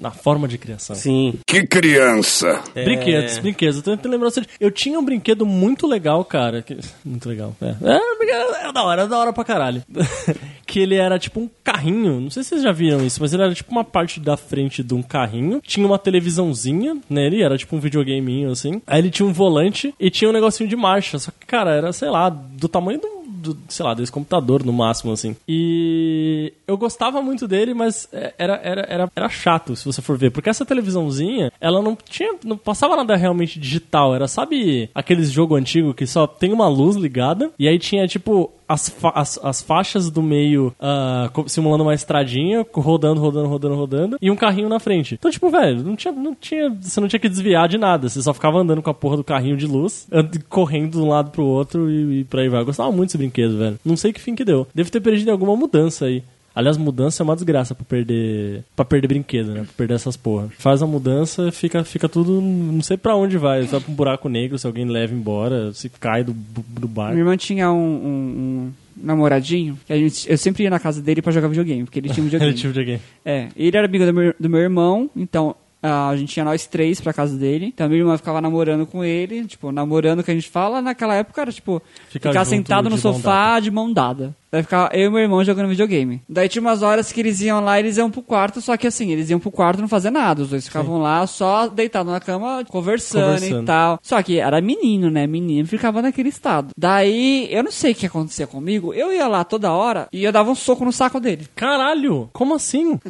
na forma de criação.
Sim. é.
Que criança!
Brinquedos, brinquedos. Eu tô tentando lembrar, de- eu tinha um brinquedo muito legal, cara. que- muito legal. É, Era um brinquedo- era da hora, era da hora pra caralho. que ele era tipo um carrinho. Não sei se vocês já viram isso, mas ele era tipo uma parte da frente de um carrinho. Tinha uma televisãozinha nele, era tipo um videogameinho assim. Aí ele tinha um volante e tinha um negocinho de marcha. Só que, cara, era, sei lá, do tamanho um do do, sei lá, desse computador no máximo, assim. E eu gostava muito dele, mas é, era, era, era, era chato, se você for ver. Porque essa televisãozinha, ela não tinha. não passava nada realmente digital. Era, sabe, aqueles jogo antigo que só tem uma luz ligada, e aí tinha, tipo, as, fa- as, as faixas do meio ah, co- simulando uma estradinha, co- rodando, rodando, rodando, rodando, e um carrinho na frente. Então, tipo, velho, não tinha, não tinha, você não tinha que desviar de nada, você só ficava andando com a porra do carrinho de luz, and- correndo de um lado pro outro e, e pra aí vai. Eu gostava muito desse brinquedo, velho. Não sei que fim que deu. Deve ter perdido em alguma mudança aí. Aliás, mudança é uma desgraça pra perder para perder brinquedo, né? Pra perder essas porra. Faz a mudança, fica, fica tudo. Não sei pra onde vai. Vai pra um buraco negro, se alguém leva embora, se cai do, do barco.
Minha irmã tinha um, um- um namoradinho que a gente, eu sempre ia na casa dele pra jogar videogame, porque ele tinha um videogame.
Ele tipo de alguém.
É, ele era amigo do meu, do meu irmão, então ah, a gente tinha nós três pra casa dele. Então minha irmã ficava namorando com ele, tipo, namorando que a gente fala, naquela época era tipo,
Ficar
ficar,
junto
sentado no
de mão
sofá
dada.
de mão dada. Daí ficava eu e meu irmão jogando videogame. Daí tinha umas horas que eles iam lá, eles iam pro quarto, só que assim, eles iam pro quarto e não fazer nada. Os dois ficavam lá só deitados na cama, conversando,
Conversando.
e tal. Só que era menino, né? Menino ficava naquele estado. Daí, eu não sei o que acontecia comigo, eu ia lá toda hora e eu dava um soco no saco dele.
Caralho! Como assim?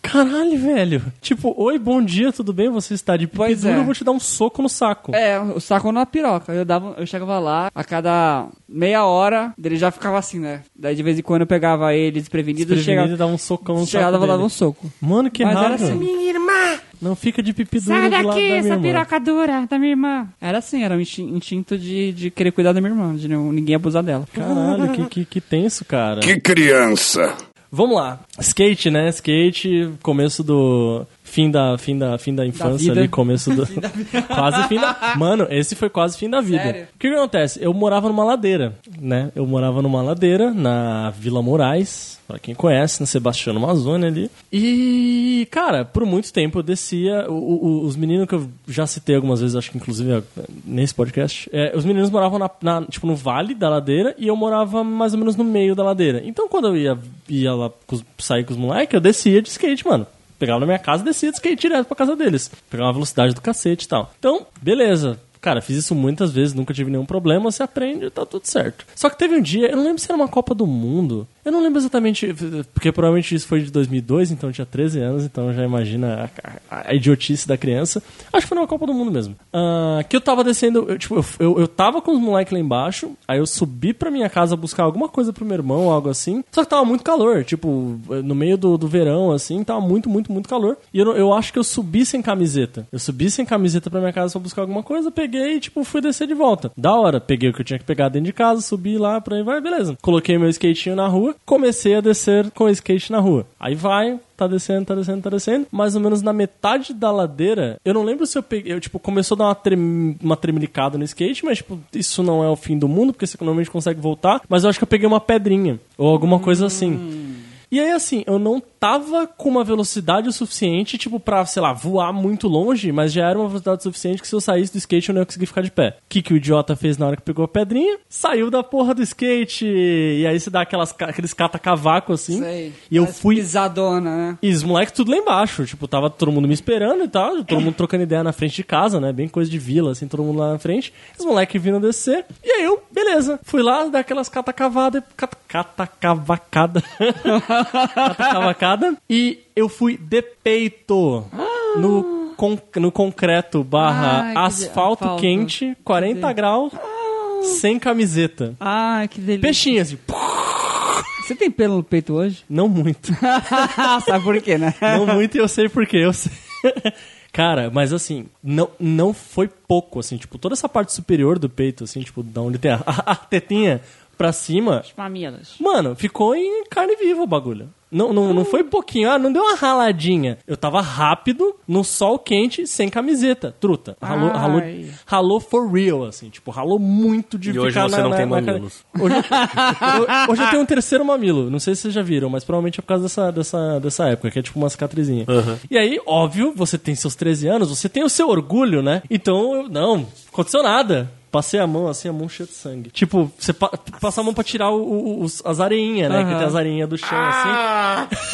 Caralho, velho! Tipo, oi, bom dia, tudo bem? Você está de pipi
Pois
duro,
é.
eu vou te dar um soco no saco.
É, o saco na piroca. Eu, dava, eu chegava lá, a cada meia hora, ele já ficava assim, né? Daí de vez em quando eu pegava ele desprevenido,
Desprevenido,
chegava,
dava um socão no
chegava
saco
dava, dava
dele.
um soco.
Mano, que
Mas
raro.
era assim.
Minha irmã!
Não fica de pipi duro
Sai
do lado da
daqui,
minha
essa
irmã.
piroca dura da minha irmã!
Era assim, era um instin- instinto de, de querer cuidar da minha irmã, de não- ninguém abusar dela.
Caralho, que, que, que tenso, cara.
Que criança!
Vamos lá. Skate, né? Skate, começo do. Fim da, fim da, fim da infância
vida.
ali, começo do. quase fim da. Mano, esse foi quase fim da vida.
Sério?
O que, que acontece? Eu morava numa ladeira, né? Eu morava numa ladeira na Vila Moraes, pra quem conhece, na Sebastião Amazônia ali. E, cara, por muito tempo eu descia. o- o- os meninos que eu já citei algumas vezes, acho que inclusive eh, nesse podcast, eh, os meninos moravam na, na- tipo, no vale da ladeira e eu morava mais ou menos no meio da ladeira. Então quando eu ia, ia lá com os- sair com os moleques, eu descia de skate, mano. Pegava na minha casa e descia de skate direto pra casa deles. Pegava uma velocidade do cacete e tal. Então, beleza. Cara, fiz isso muitas vezes, nunca tive nenhum problema, você aprende, tá tudo certo. Só que teve um dia, eu não lembro se era uma Copa do Mundo, eu não lembro exatamente, porque provavelmente isso foi de 2002, então eu tinha 13 anos, então já imagina a, a- a idiotice da criança. Acho que foi numa Copa do Mundo mesmo. Ah, que eu tava descendo, eu, tipo, eu, eu, eu tava com os moleques lá embaixo, aí eu subi pra minha casa buscar alguma coisa pro meu irmão, algo assim, só que tava muito calor, tipo, no meio do, do verão, assim, tava muito, muito, muito calor, e eu, não- eu acho que eu subi sem camiseta. Eu subi sem camiseta pra minha casa pra buscar alguma coisa, peguei e, tipo, fui descer de volta. Da hora, peguei o que eu tinha que pegar dentro de casa, subi lá, pra aí vai, beleza. Coloquei meu skatinho na rua, comecei a descer com o skate na rua. Aí vai, tá descendo, tá descendo, tá descendo. Mais ou menos na metade da ladeira, eu não lembro se eu peguei, eu, tipo, começou a dar uma, trem, uma tremelicada no skate, mas, tipo, isso não é o fim do mundo, porque você normalmente consegue voltar, mas eu acho que eu peguei uma pedrinha, ou alguma coisa assim. E aí, assim, eu não tava com uma velocidade o suficiente, tipo, pra, sei lá, voar muito longe, mas já era uma velocidade suficiente que se eu saísse do skate eu não ia conseguir ficar de pé. O que, que o idiota fez na hora que pegou a pedrinha? Saiu da porra do skate! E aí você dá aquelas, ca- aqueles cata-cavaco assim. E eu
Mas
fui
Pisadona, né?
e os moleques tudo lá embaixo, tipo, tava todo mundo me esperando e tal, todo mundo trocando ideia na frente de casa, né? Bem coisa de vila, assim, todo mundo lá na frente. Os moleques vindo descer. E aí eu, beleza, fui lá, dar aquelas catacavadas, cat, catacavacada. catacavacada. E eu fui de peito no, con- no concreto barra
Ai, que
asfalto
asfalto.
quente, 40 graus, sem camiseta.
Ah, que delícia.
Peixinho, assim,
Você tem pelo no peito hoje?
não muito.
Sabe por quê, né?
Não muito e eu sei porque eu sei. Cara, mas assim, não, não foi pouco, assim, tipo, toda essa parte superior do peito, assim, tipo, da onde tem a, a tetinha pra cima,
Mamilos.
mano, ficou em carne viva o bagulho. Não, não, não foi pouquinho, ah, não deu uma raladinha. Eu tava rápido, no sol quente, sem camiseta, truta. Ralou, ralou,
Ai.
ralou for real, assim, tipo, ralou muito de
E
ficar
hoje você
na-
não
na-
tem
na cara-
mamilos.
Hoje, eu- hoje eu tenho um terceiro mamilo. Não sei se vocês já viram, mas provavelmente é por causa dessa, dessa, dessa época, que é tipo uma cicatrizinha. E aí, óbvio, você tem seus 13 anos, você tem o seu orgulho, né? Então, eu, não, aconteceu nada. Passei a mão assim, a mão cheia de sangue. Tipo, você pa passa a mão pra tirar o, o- os- as areinhas, né? Que tem as areinhas do chão, assim.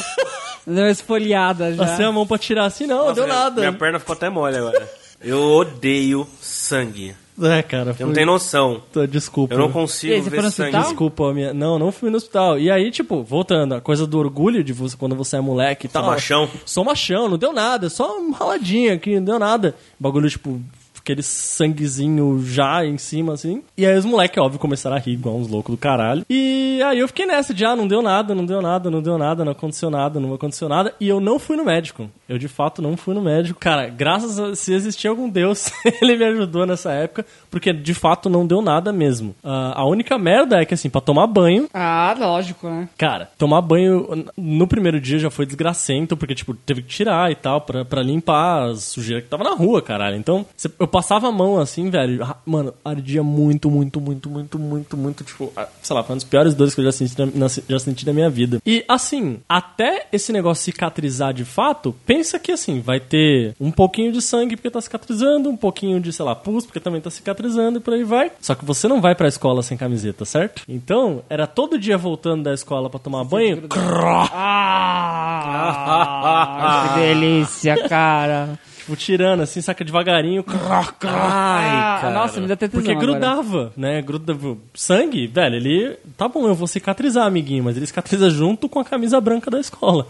Deu uma esfoliada já.
Passei a mão pra tirar assim, não, deu
minha-
nada.
Minha perna ficou até mole agora. Eu odeio sangue.
É, cara,
Eu
foi...
não tenho noção.
Desculpa.
Eu não
E aí,
consigo
você foi
ver
no
sangue.
hospital?
Desculpa, minha... não, não fui no hospital. E aí, tipo, voltando, a coisa do orgulho de você quando você é moleque e tal.
machão.
Sou machão, não deu nada, só uma raladinha aqui, não deu nada. Bagulho, tipo, aquele sanguezinho já em cima, assim. E aí os moleques, óbvio, começaram a rir igual uns loucos do caralho. E aí eu fiquei nessa de, ah, não deu nada, não deu nada, não deu nada, não aconteceu nada, não aconteceu nada. E eu não fui no médico. Eu, de fato, não fui no médico. Cara, graças a... Se existia algum Deus, ele me ajudou nessa época. Porque, de fato, não deu nada mesmo. Ah, a única merda é que, assim, pra tomar banho,
Ah, lógico, né?
Cara, tomar banho no primeiro dia já foi desgracento, porque, tipo, teve que tirar e tal, pra, pra limpar a sujeira que tava na rua, caralho. Então, cê- eu passava a mão assim, velho. ra- Mano, ardia muito, muito, muito, muito, muito, muito. Tipo, a- sei lá, foi uma das piores dores que eu já senti na, na- já senti na minha vida. E, assim, até esse negócio cicatrizar de fato, pensa que, assim, vai ter um pouquinho de sangue porque tá cicatrizando, um pouquinho de, sei lá, pus porque também tá cicatrizando e por aí vai. Só que você não vai pra escola sem camiseta, certo? Então, era todo dia voltando da escola pra tomar banho. cró,
Ah, que delícia, cara.
tipo, tirando assim, saca devagarinho. cró, cró.
Ah, Nossa, me dá até tesão
Porque
agora.
grudava, né? Grudava. Sangue, velho, ele. Tá bom, eu vou cicatrizar, amiguinho, mas ele cicatriza junto com a camisa branca da escola.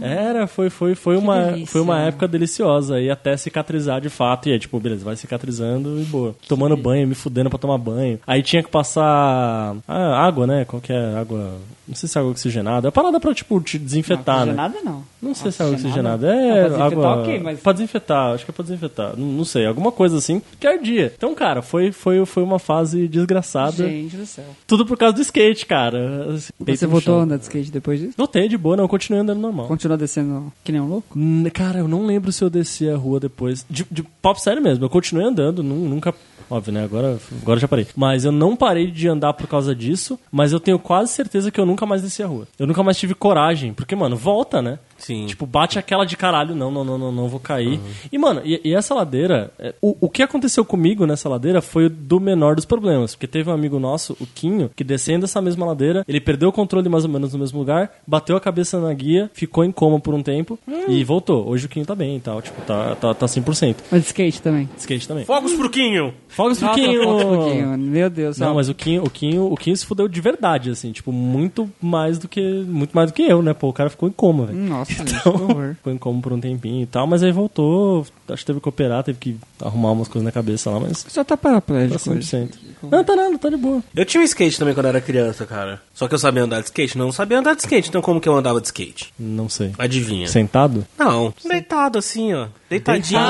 Era, foi, foi, foi uma,
delícia.
foi uma época deliciosa. E até cicatrizar de fato. E aí, tipo, beleza, vai cicatrizando e boa. Tomando banho, me fudendo pra tomar banho. Aí tinha que passar ah, água, né? Qual que é? Água. Não sei se é água oxigenada. É parada pra, tipo, te desinfetar, né?
Nada não.
Não sei se é água
Oxigenada?
oxigenada.
Ah,
É,
pra desinfetar,
água.
ok, mas-
Pra desinfetar, acho que é pra desinfetar. Não, não sei, alguma coisa assim, que ardia. Então, cara, foi, foi, foi uma fase desgraçada.
Gente do céu.
Tudo por causa do skate, cara. Assim, peito
Você
no
voltou a
chão.
andar de skate depois disso?
Voltei de boa, não, eu continuei andando normal.
Continuou descendo que nem um louco?
Hum, Cara, eu não lembro se eu desci a rua depois. De, de papo sério mesmo, eu continuei andando, nu- nunca. Óbvio, né? Agora, agora eu já parei. Mas eu não parei de andar por causa disso, mas eu tenho quase certeza que eu nunca mais desci a rua. Eu nunca mais tive coragem, porque, mano, volta, né?
Sim.
Tipo, bate aquela de caralho, não, não, não, não, não vou cair. E, mano, e, e essa ladeira, é, o, o que aconteceu comigo nessa ladeira foi o do menor dos problemas. Porque teve um amigo nosso, o Quinho, que descendo essa mesma ladeira, ele perdeu o controle mais ou menos no mesmo lugar, bateu a cabeça na guia, ficou em coma por um tempo e voltou. Hoje o Quinho tá bem e tal, tipo, tá, tá, tá 100%.
Mas de skate também.
Skate também.
Fogos pro Quinho!
Fogos pro
Nossa,
Quinho!
falta um pouquinho. Meu Deus,
Não,
ó.
mas o Quinho, o Quinho, o Quinho se fudeu de verdade, assim, tipo, muito mais do que, muito mais do que eu, né? Pô, o cara ficou em coma, velho.
Hum, Nossa, gente, que
Então-
horror.
Ficou em coma por um tempinho e tal, mas aí voltou. Acho que teve que operar, teve que arrumar umas coisas na cabeça lá, mas
Só tá
tá
assim.
paraplégico hoje.
100%. Não, tá nada, tá de boa.
Eu tinha um skate também quando eu era criança, cara. Só que eu sabia andar de skate? Não, eu sabia andar de skate. Então como que eu andava de skate?
Não sei.
Adivinha?
Sentado?
Não. Deitado assim, ó. Deitadinho.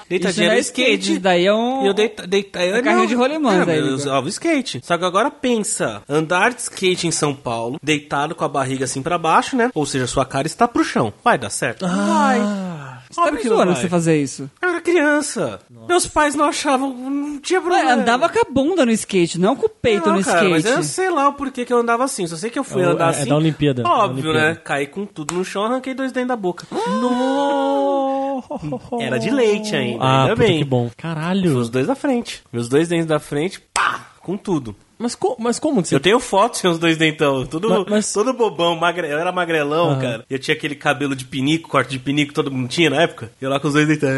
Isso
Deitadinho
não
era
é
o skate.
skate, daí é um-
E eu deita, deita, eu,
É carrinho de rolemã,
é,
daí,
Eu
Igor.
usava o skate. Só que agora pensa, andar de skate em São Paulo, deitado com a barriga assim pra baixo, né? Ou seja, sua cara está pro chão. Vai dar certo? Vai.
Você tá
Óbvio
me
que não
zoando
vai.
você fazer isso.
Eu era criança. Meus pais não achavam. um Não tinha
Ué,
problema.
andava com a bunda no skate, não com o peito
Não,
no
cara, Mas é eu
skate.
sei lá o porquê que eu andava assim. Só sei que eu fui
É o-
andar
é
assim.
da Olimpíada,
Óbvio,
da Olimpíada.
né? Caí com tudo no chão, arranquei dois dentes da boca.
No!
Era de leite ainda,
Ah,
ainda
puta,
bem.
que bom.
Fui
Caralho.
os dois da frente. Meus dois dentes da frente, pá! Com tudo.
Mas, co- mas como que você.
Eu tenho fotos sem os dois dentão. Tudo,
Mas- mas-
todo bobão. Magre... Eu era magrelão,
Aham.
cara. Eu tinha aquele cabelo de pinico, corte de pinico, todo mundo tinha na época. Eu lá com os dois dentão.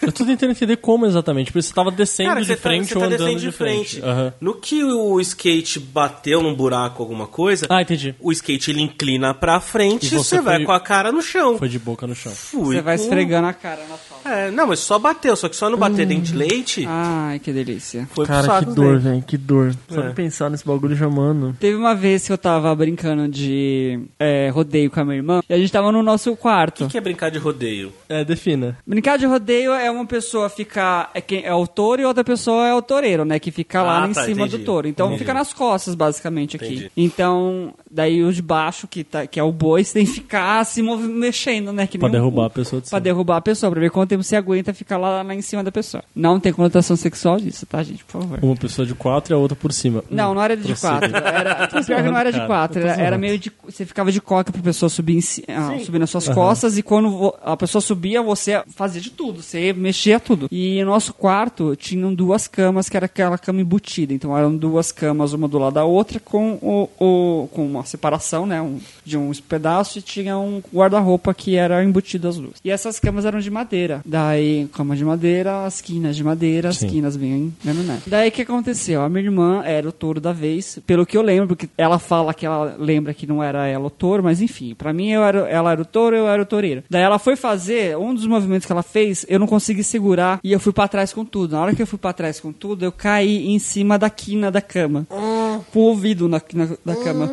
Eu tô tentando entender como exatamente. Porque você tava descendo
Cara,
de
você tá-
frente
você
ou
tá
andando
descendo
de frente. Aham.
No que o skate bateu num buraco, alguma coisa,
Ah, entendi.
o skate ele inclina pra frente
E
e
você
você vai
foi-
com a cara no chão.
Foi de boca no chão.
Fui
Você vai
com-
esfregando a cara na palma.
É, não, mas só bateu, só que só não bater dente de leite
Ai, que delícia.
foi pro saco. dele.
velho, Hum. Ah. que dor.
Só de É.
pensar nesse bagulho já, mano.
Teve uma vez que eu tava brincando de é, rodeio com a minha irmã e a gente tava no nosso quarto.
O que é brincar de rodeio?
É, defina.
Brincar de rodeio é uma pessoa ficar. É quem é o touro e outra pessoa é o toureiro, né? Que fica lá
Ah,
em
tá,
cima
entendi.
do touro. Então
Entendi.
fica nas costas, basicamente, aqui.
Entendi.
Então, daí o de baixo, que, tá, que é o boi, você tem que ficar se mov- mexendo, né? Que
Pra
nem um-
derrubar a pessoa de
Pra
cima.
derrubar a pessoa, pra ver quanto tempo você aguenta ficar lá, lá em cima da pessoa. Não tem conotação sexual disso, tá, gente? Por favor.
Uma pessoa de quatro e a outra por cima.
Não,
Hum,
não era de
prossiga.
quatro. Era, pior que não era de
cara.
quatro.
Eu tô
Era, era
zoando.
meio de. Você ficava de coca pra pessoa subir, em, ci- ah, subir nas suas costas e quando vo- a pessoa subia, você fazia de tudo. Você mexia tudo. E no nosso quarto tinham duas camas, que era aquela cama embutida. Então eram duas camas, uma do lado da outra, com, o, o- com uma separação, né? um- de um pedaço e tinha um guarda-roupa que era embutido as duas. E essas camas eram de madeira. Daí, cama de madeira, as quinas de madeira, as
Sim.
quinas bem. né, né, né. Daí o que aconteceu? A minha irmã era o touro da vez, pelo que eu lembro, porque ela fala que ela lembra que não era ela o touro, mas enfim, pra mim eu era, ela era o touro, eu era o toureiro. Daí ela foi fazer, um dos movimentos que ela fez, eu não consegui segurar e eu fui pra trás com tudo. Na hora que eu fui pra trás com tudo, eu caí em cima da quina da cama, com o ouvido na quina da cama.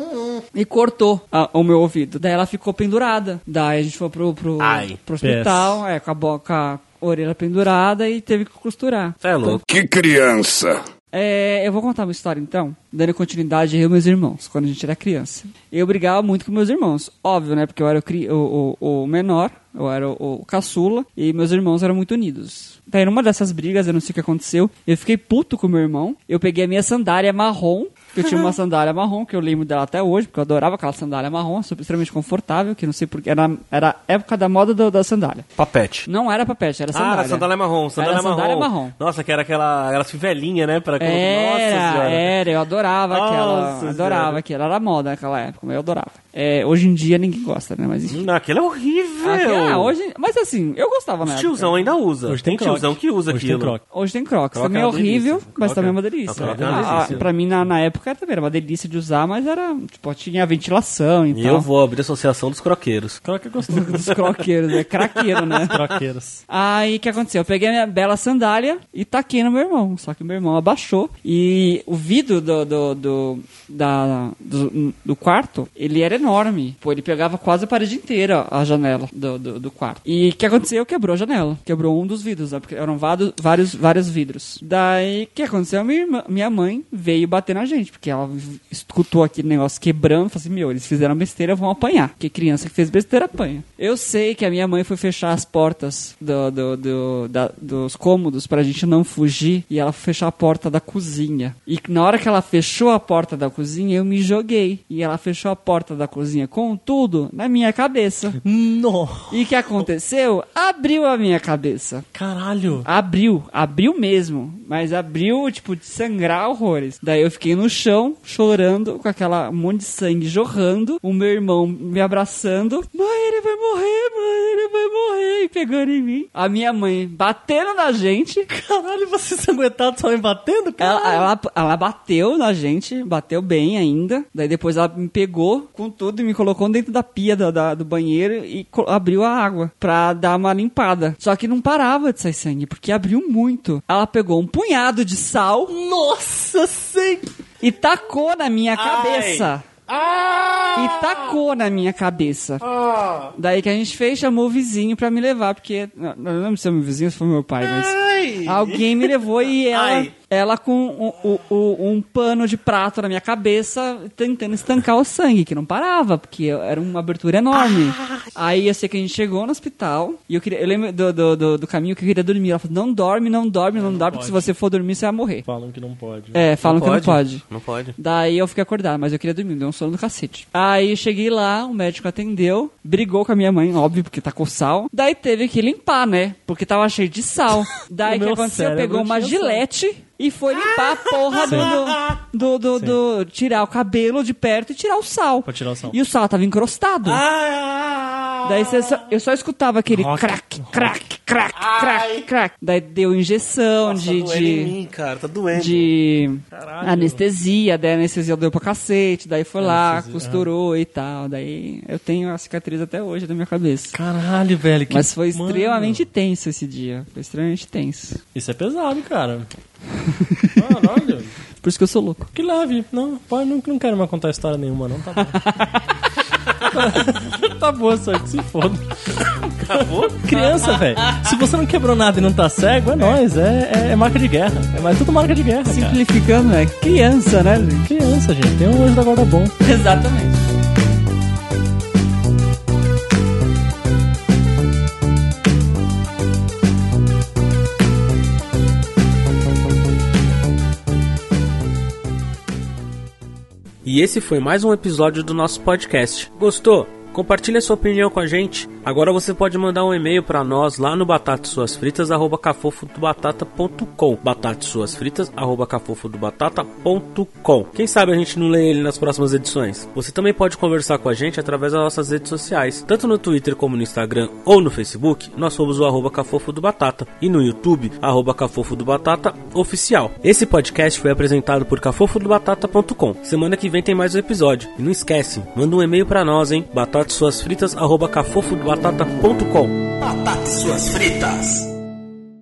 E cortou a- o meu ouvido. Daí ela ficou pendurada. Daí a gente foi pro, pro,
Ai,
pro hospital, é, com a boca. com a Orelha pendurada e teve que costurar.
Você é louco.
Que criança!
É, eu vou contar uma história então, dando continuidade eu e meus irmãos, quando a gente era criança. Eu brigava muito com meus irmãos, óbvio, né? Porque eu era o, cri- o- o- o menor, eu era o, o caçula, e meus irmãos eram muito unidos. Daí numa dessas brigas, eu não sei o que aconteceu, eu fiquei puto com meu irmão, eu peguei a minha sandália marrom, que eu tinha uma sandália marrom, que eu lembro dela até hoje, porque eu adorava aquela sandália marrom, super- extremamente confortável, que eu não sei porque, era, era a época da moda do- da sandália.
Papete.
Não era papete, era sandália.
Ah, sandália marrom, sandália,
Era sandália marrom.
Nossa, que era aquela, aquela fivelinha, né? Pra... Nossa
Era, é.
senhora.
era, eu adorava
Nossa
aquela.
Senhora.
Adorava aquela. Era moda naquela época, mas eu adorava. É, hoje em dia ninguém gosta, né? Mas enfim.
Não, aquilo é horrível.
Ah, hoje, mas assim, eu gostava na
Os
época.
tiozão ainda usa.
Hoje tem croque.
é tiozão que usa
Hoje tem
aquilo.
croque.
Hoje tem Crocs.
Croc
também
é
é
uma delícia.
horrível, mas
Croc
também é uma
é-
delícia.
Não, Croc é uma
Ah,
delícia.
pra mim, na, na época, também era uma delícia de usar, mas era, tipo, tinha ventilação e
E
tal.
eu vou abrir a associação dos croqueiros.
tá? Croque é gostoso.
Dos croqueiros, é craqueiro, né?
Croqueiros.
Aí o que aconteceu? Eu peguei a minha bela sandália e taquei no meu irmão. Só que o meu irmão abaixou e o vidro do, do, do, da, do, do quarto, ele era enorme. Pô, ele pegava quase a parede inteira, a janela do, do, do quarto. E o que aconteceu? Quebrou a janela. Quebrou um dos vidros, né? Porque eram vado- vários, vários vidros. Daí o que aconteceu? Minha, irmã- minha mãe veio bater na gente, porque ela escutou aquele negócio quebrando e falou assim: Meu, eles fizeram besteira, vão apanhar. Porque criança que fez besteira apanha. Eu sei que a minha mãe foi fechar as portas do, do, do- da- dos cômodos pra gente não fugir e ela foi fechar a porta da cozinha. E na hora que ela fechou a porta da cozinha, eu me joguei. E ela fechou a porta da cozinha com tudo na minha cabeça.
Não.
E o que aconteceu? Abriu a minha cabeça.
Caralho.
Abriu, abriu mesmo. Mas abriu, tipo, de sangrar horrores. Daí eu fiquei no chão, chorando, com aquela um monte de sangue jorrando. O meu irmão me abraçando. Mãe, ele vai morrer, mãe, ele vai morrer. E pegando em mim. A minha mãe batendo na gente.
Caralho, você sanguentado só me batendo, cara?
Ela, ela, ela bateu na gente, bateu bem ainda. Daí depois ela me pegou com tudo e me colocou dentro da pia da, da- do banheiro e co- abriu a água pra dar uma limpada. Só que não parava de sair sangue, porque abriu muito. Ela pegou um punhado de sal
Nossa, sei.
e tacou na minha cabeça. E tacou na minha cabeça. Daí que a gente fez, chamou o vizinho pra me levar, porque. Não, não lembro se é meu vizinho ou se foi meu pai, mas. Alguém me levou e ela,
Ai.
ela com um, um- um- um pano de prato na minha cabeça, tentando estancar o sangue, que não parava, porque era uma abertura enorme. Aí eu sei que a gente chegou no hospital e eu queria. Eu lembro do, do, do- do caminho que eu queria dormir. Ela falou: não dorme, não dorme, não, dorme, porque se você for dormir, você vai morrer.
Falam que não pode.
É, falam que não pode.
Não pode.
Daí eu fiquei acordado, mas eu queria dormir, deu um sono do cacete. Aí eu cheguei lá, o médico atendeu, brigou com a minha mãe, óbvio, porque tá com sal. Daí teve que limpar, né? Porque tava cheio de sal. Daí
O
o que
meu
aconteceu?
cérebro
Pegou uma
tinha sal.
gilete e foi limpar a porra do, do, do, do- Tirar o cabelo de perto e tirar o sal.
Pra tirar o sal. Ah,
E o sal tava encrostado. Daí você só- eu só escutava aquele
Rock,
crack, crack, crack, crack, crack. Daí deu injeção de-
Tá doendo
de
em mim, cara. Tá doendo.
de anestesia, daí a anestesia deu pra cacete, daí foi lá,
Anestesia,
costurou e tal. Daí eu tenho a cicatriz até hoje na minha cabeça.
Caralho, velho. que-
Mas foi
Mano.
extremamente tenso esse dia. Foi extremamente tenso.
Isso é pesado, cara. Caralho.
Por isso que eu sou louco.
Que leve. Não, pode, não, não quero mais contar história nenhuma, não. Tá bom. tá boa, só que se foda. Acabou? Criança, velho. Se você não quebrou nada e não tá cego, é nóis. É, é, é marca de guerra. É, mas tudo marca de guerra. cara.
Simplificando, é criança, né, gente?
Criança, gente. Tem um anjo da guarda bom.
Exatamente.
E esse foi mais um episódio do nosso podcast. Gostou? Compartilhe a sua opinião com a gente. Agora você pode mandar um e-mail para nós lá no batatassuasfritas@cafofodobatata.com. batatassuasfritas@cafofodobatata.com. Quem sabe a gente não lê ele nas próximas edições. Você também pode conversar com a gente através das nossas redes sociais, tanto no Twitter como no Instagram ou no Facebook. Nós somos o arroba Cafofo do Batata e no YouTube arroba Cafofo do Batata oficial. Esse podcast foi apresentado por cafofodobatata.com. Semana que vem tem mais um episódio. E não esquece, manda um e-mail pra nós, hein? batatasuasfritas@cafofodobatata.com.
Batatas suas fritas.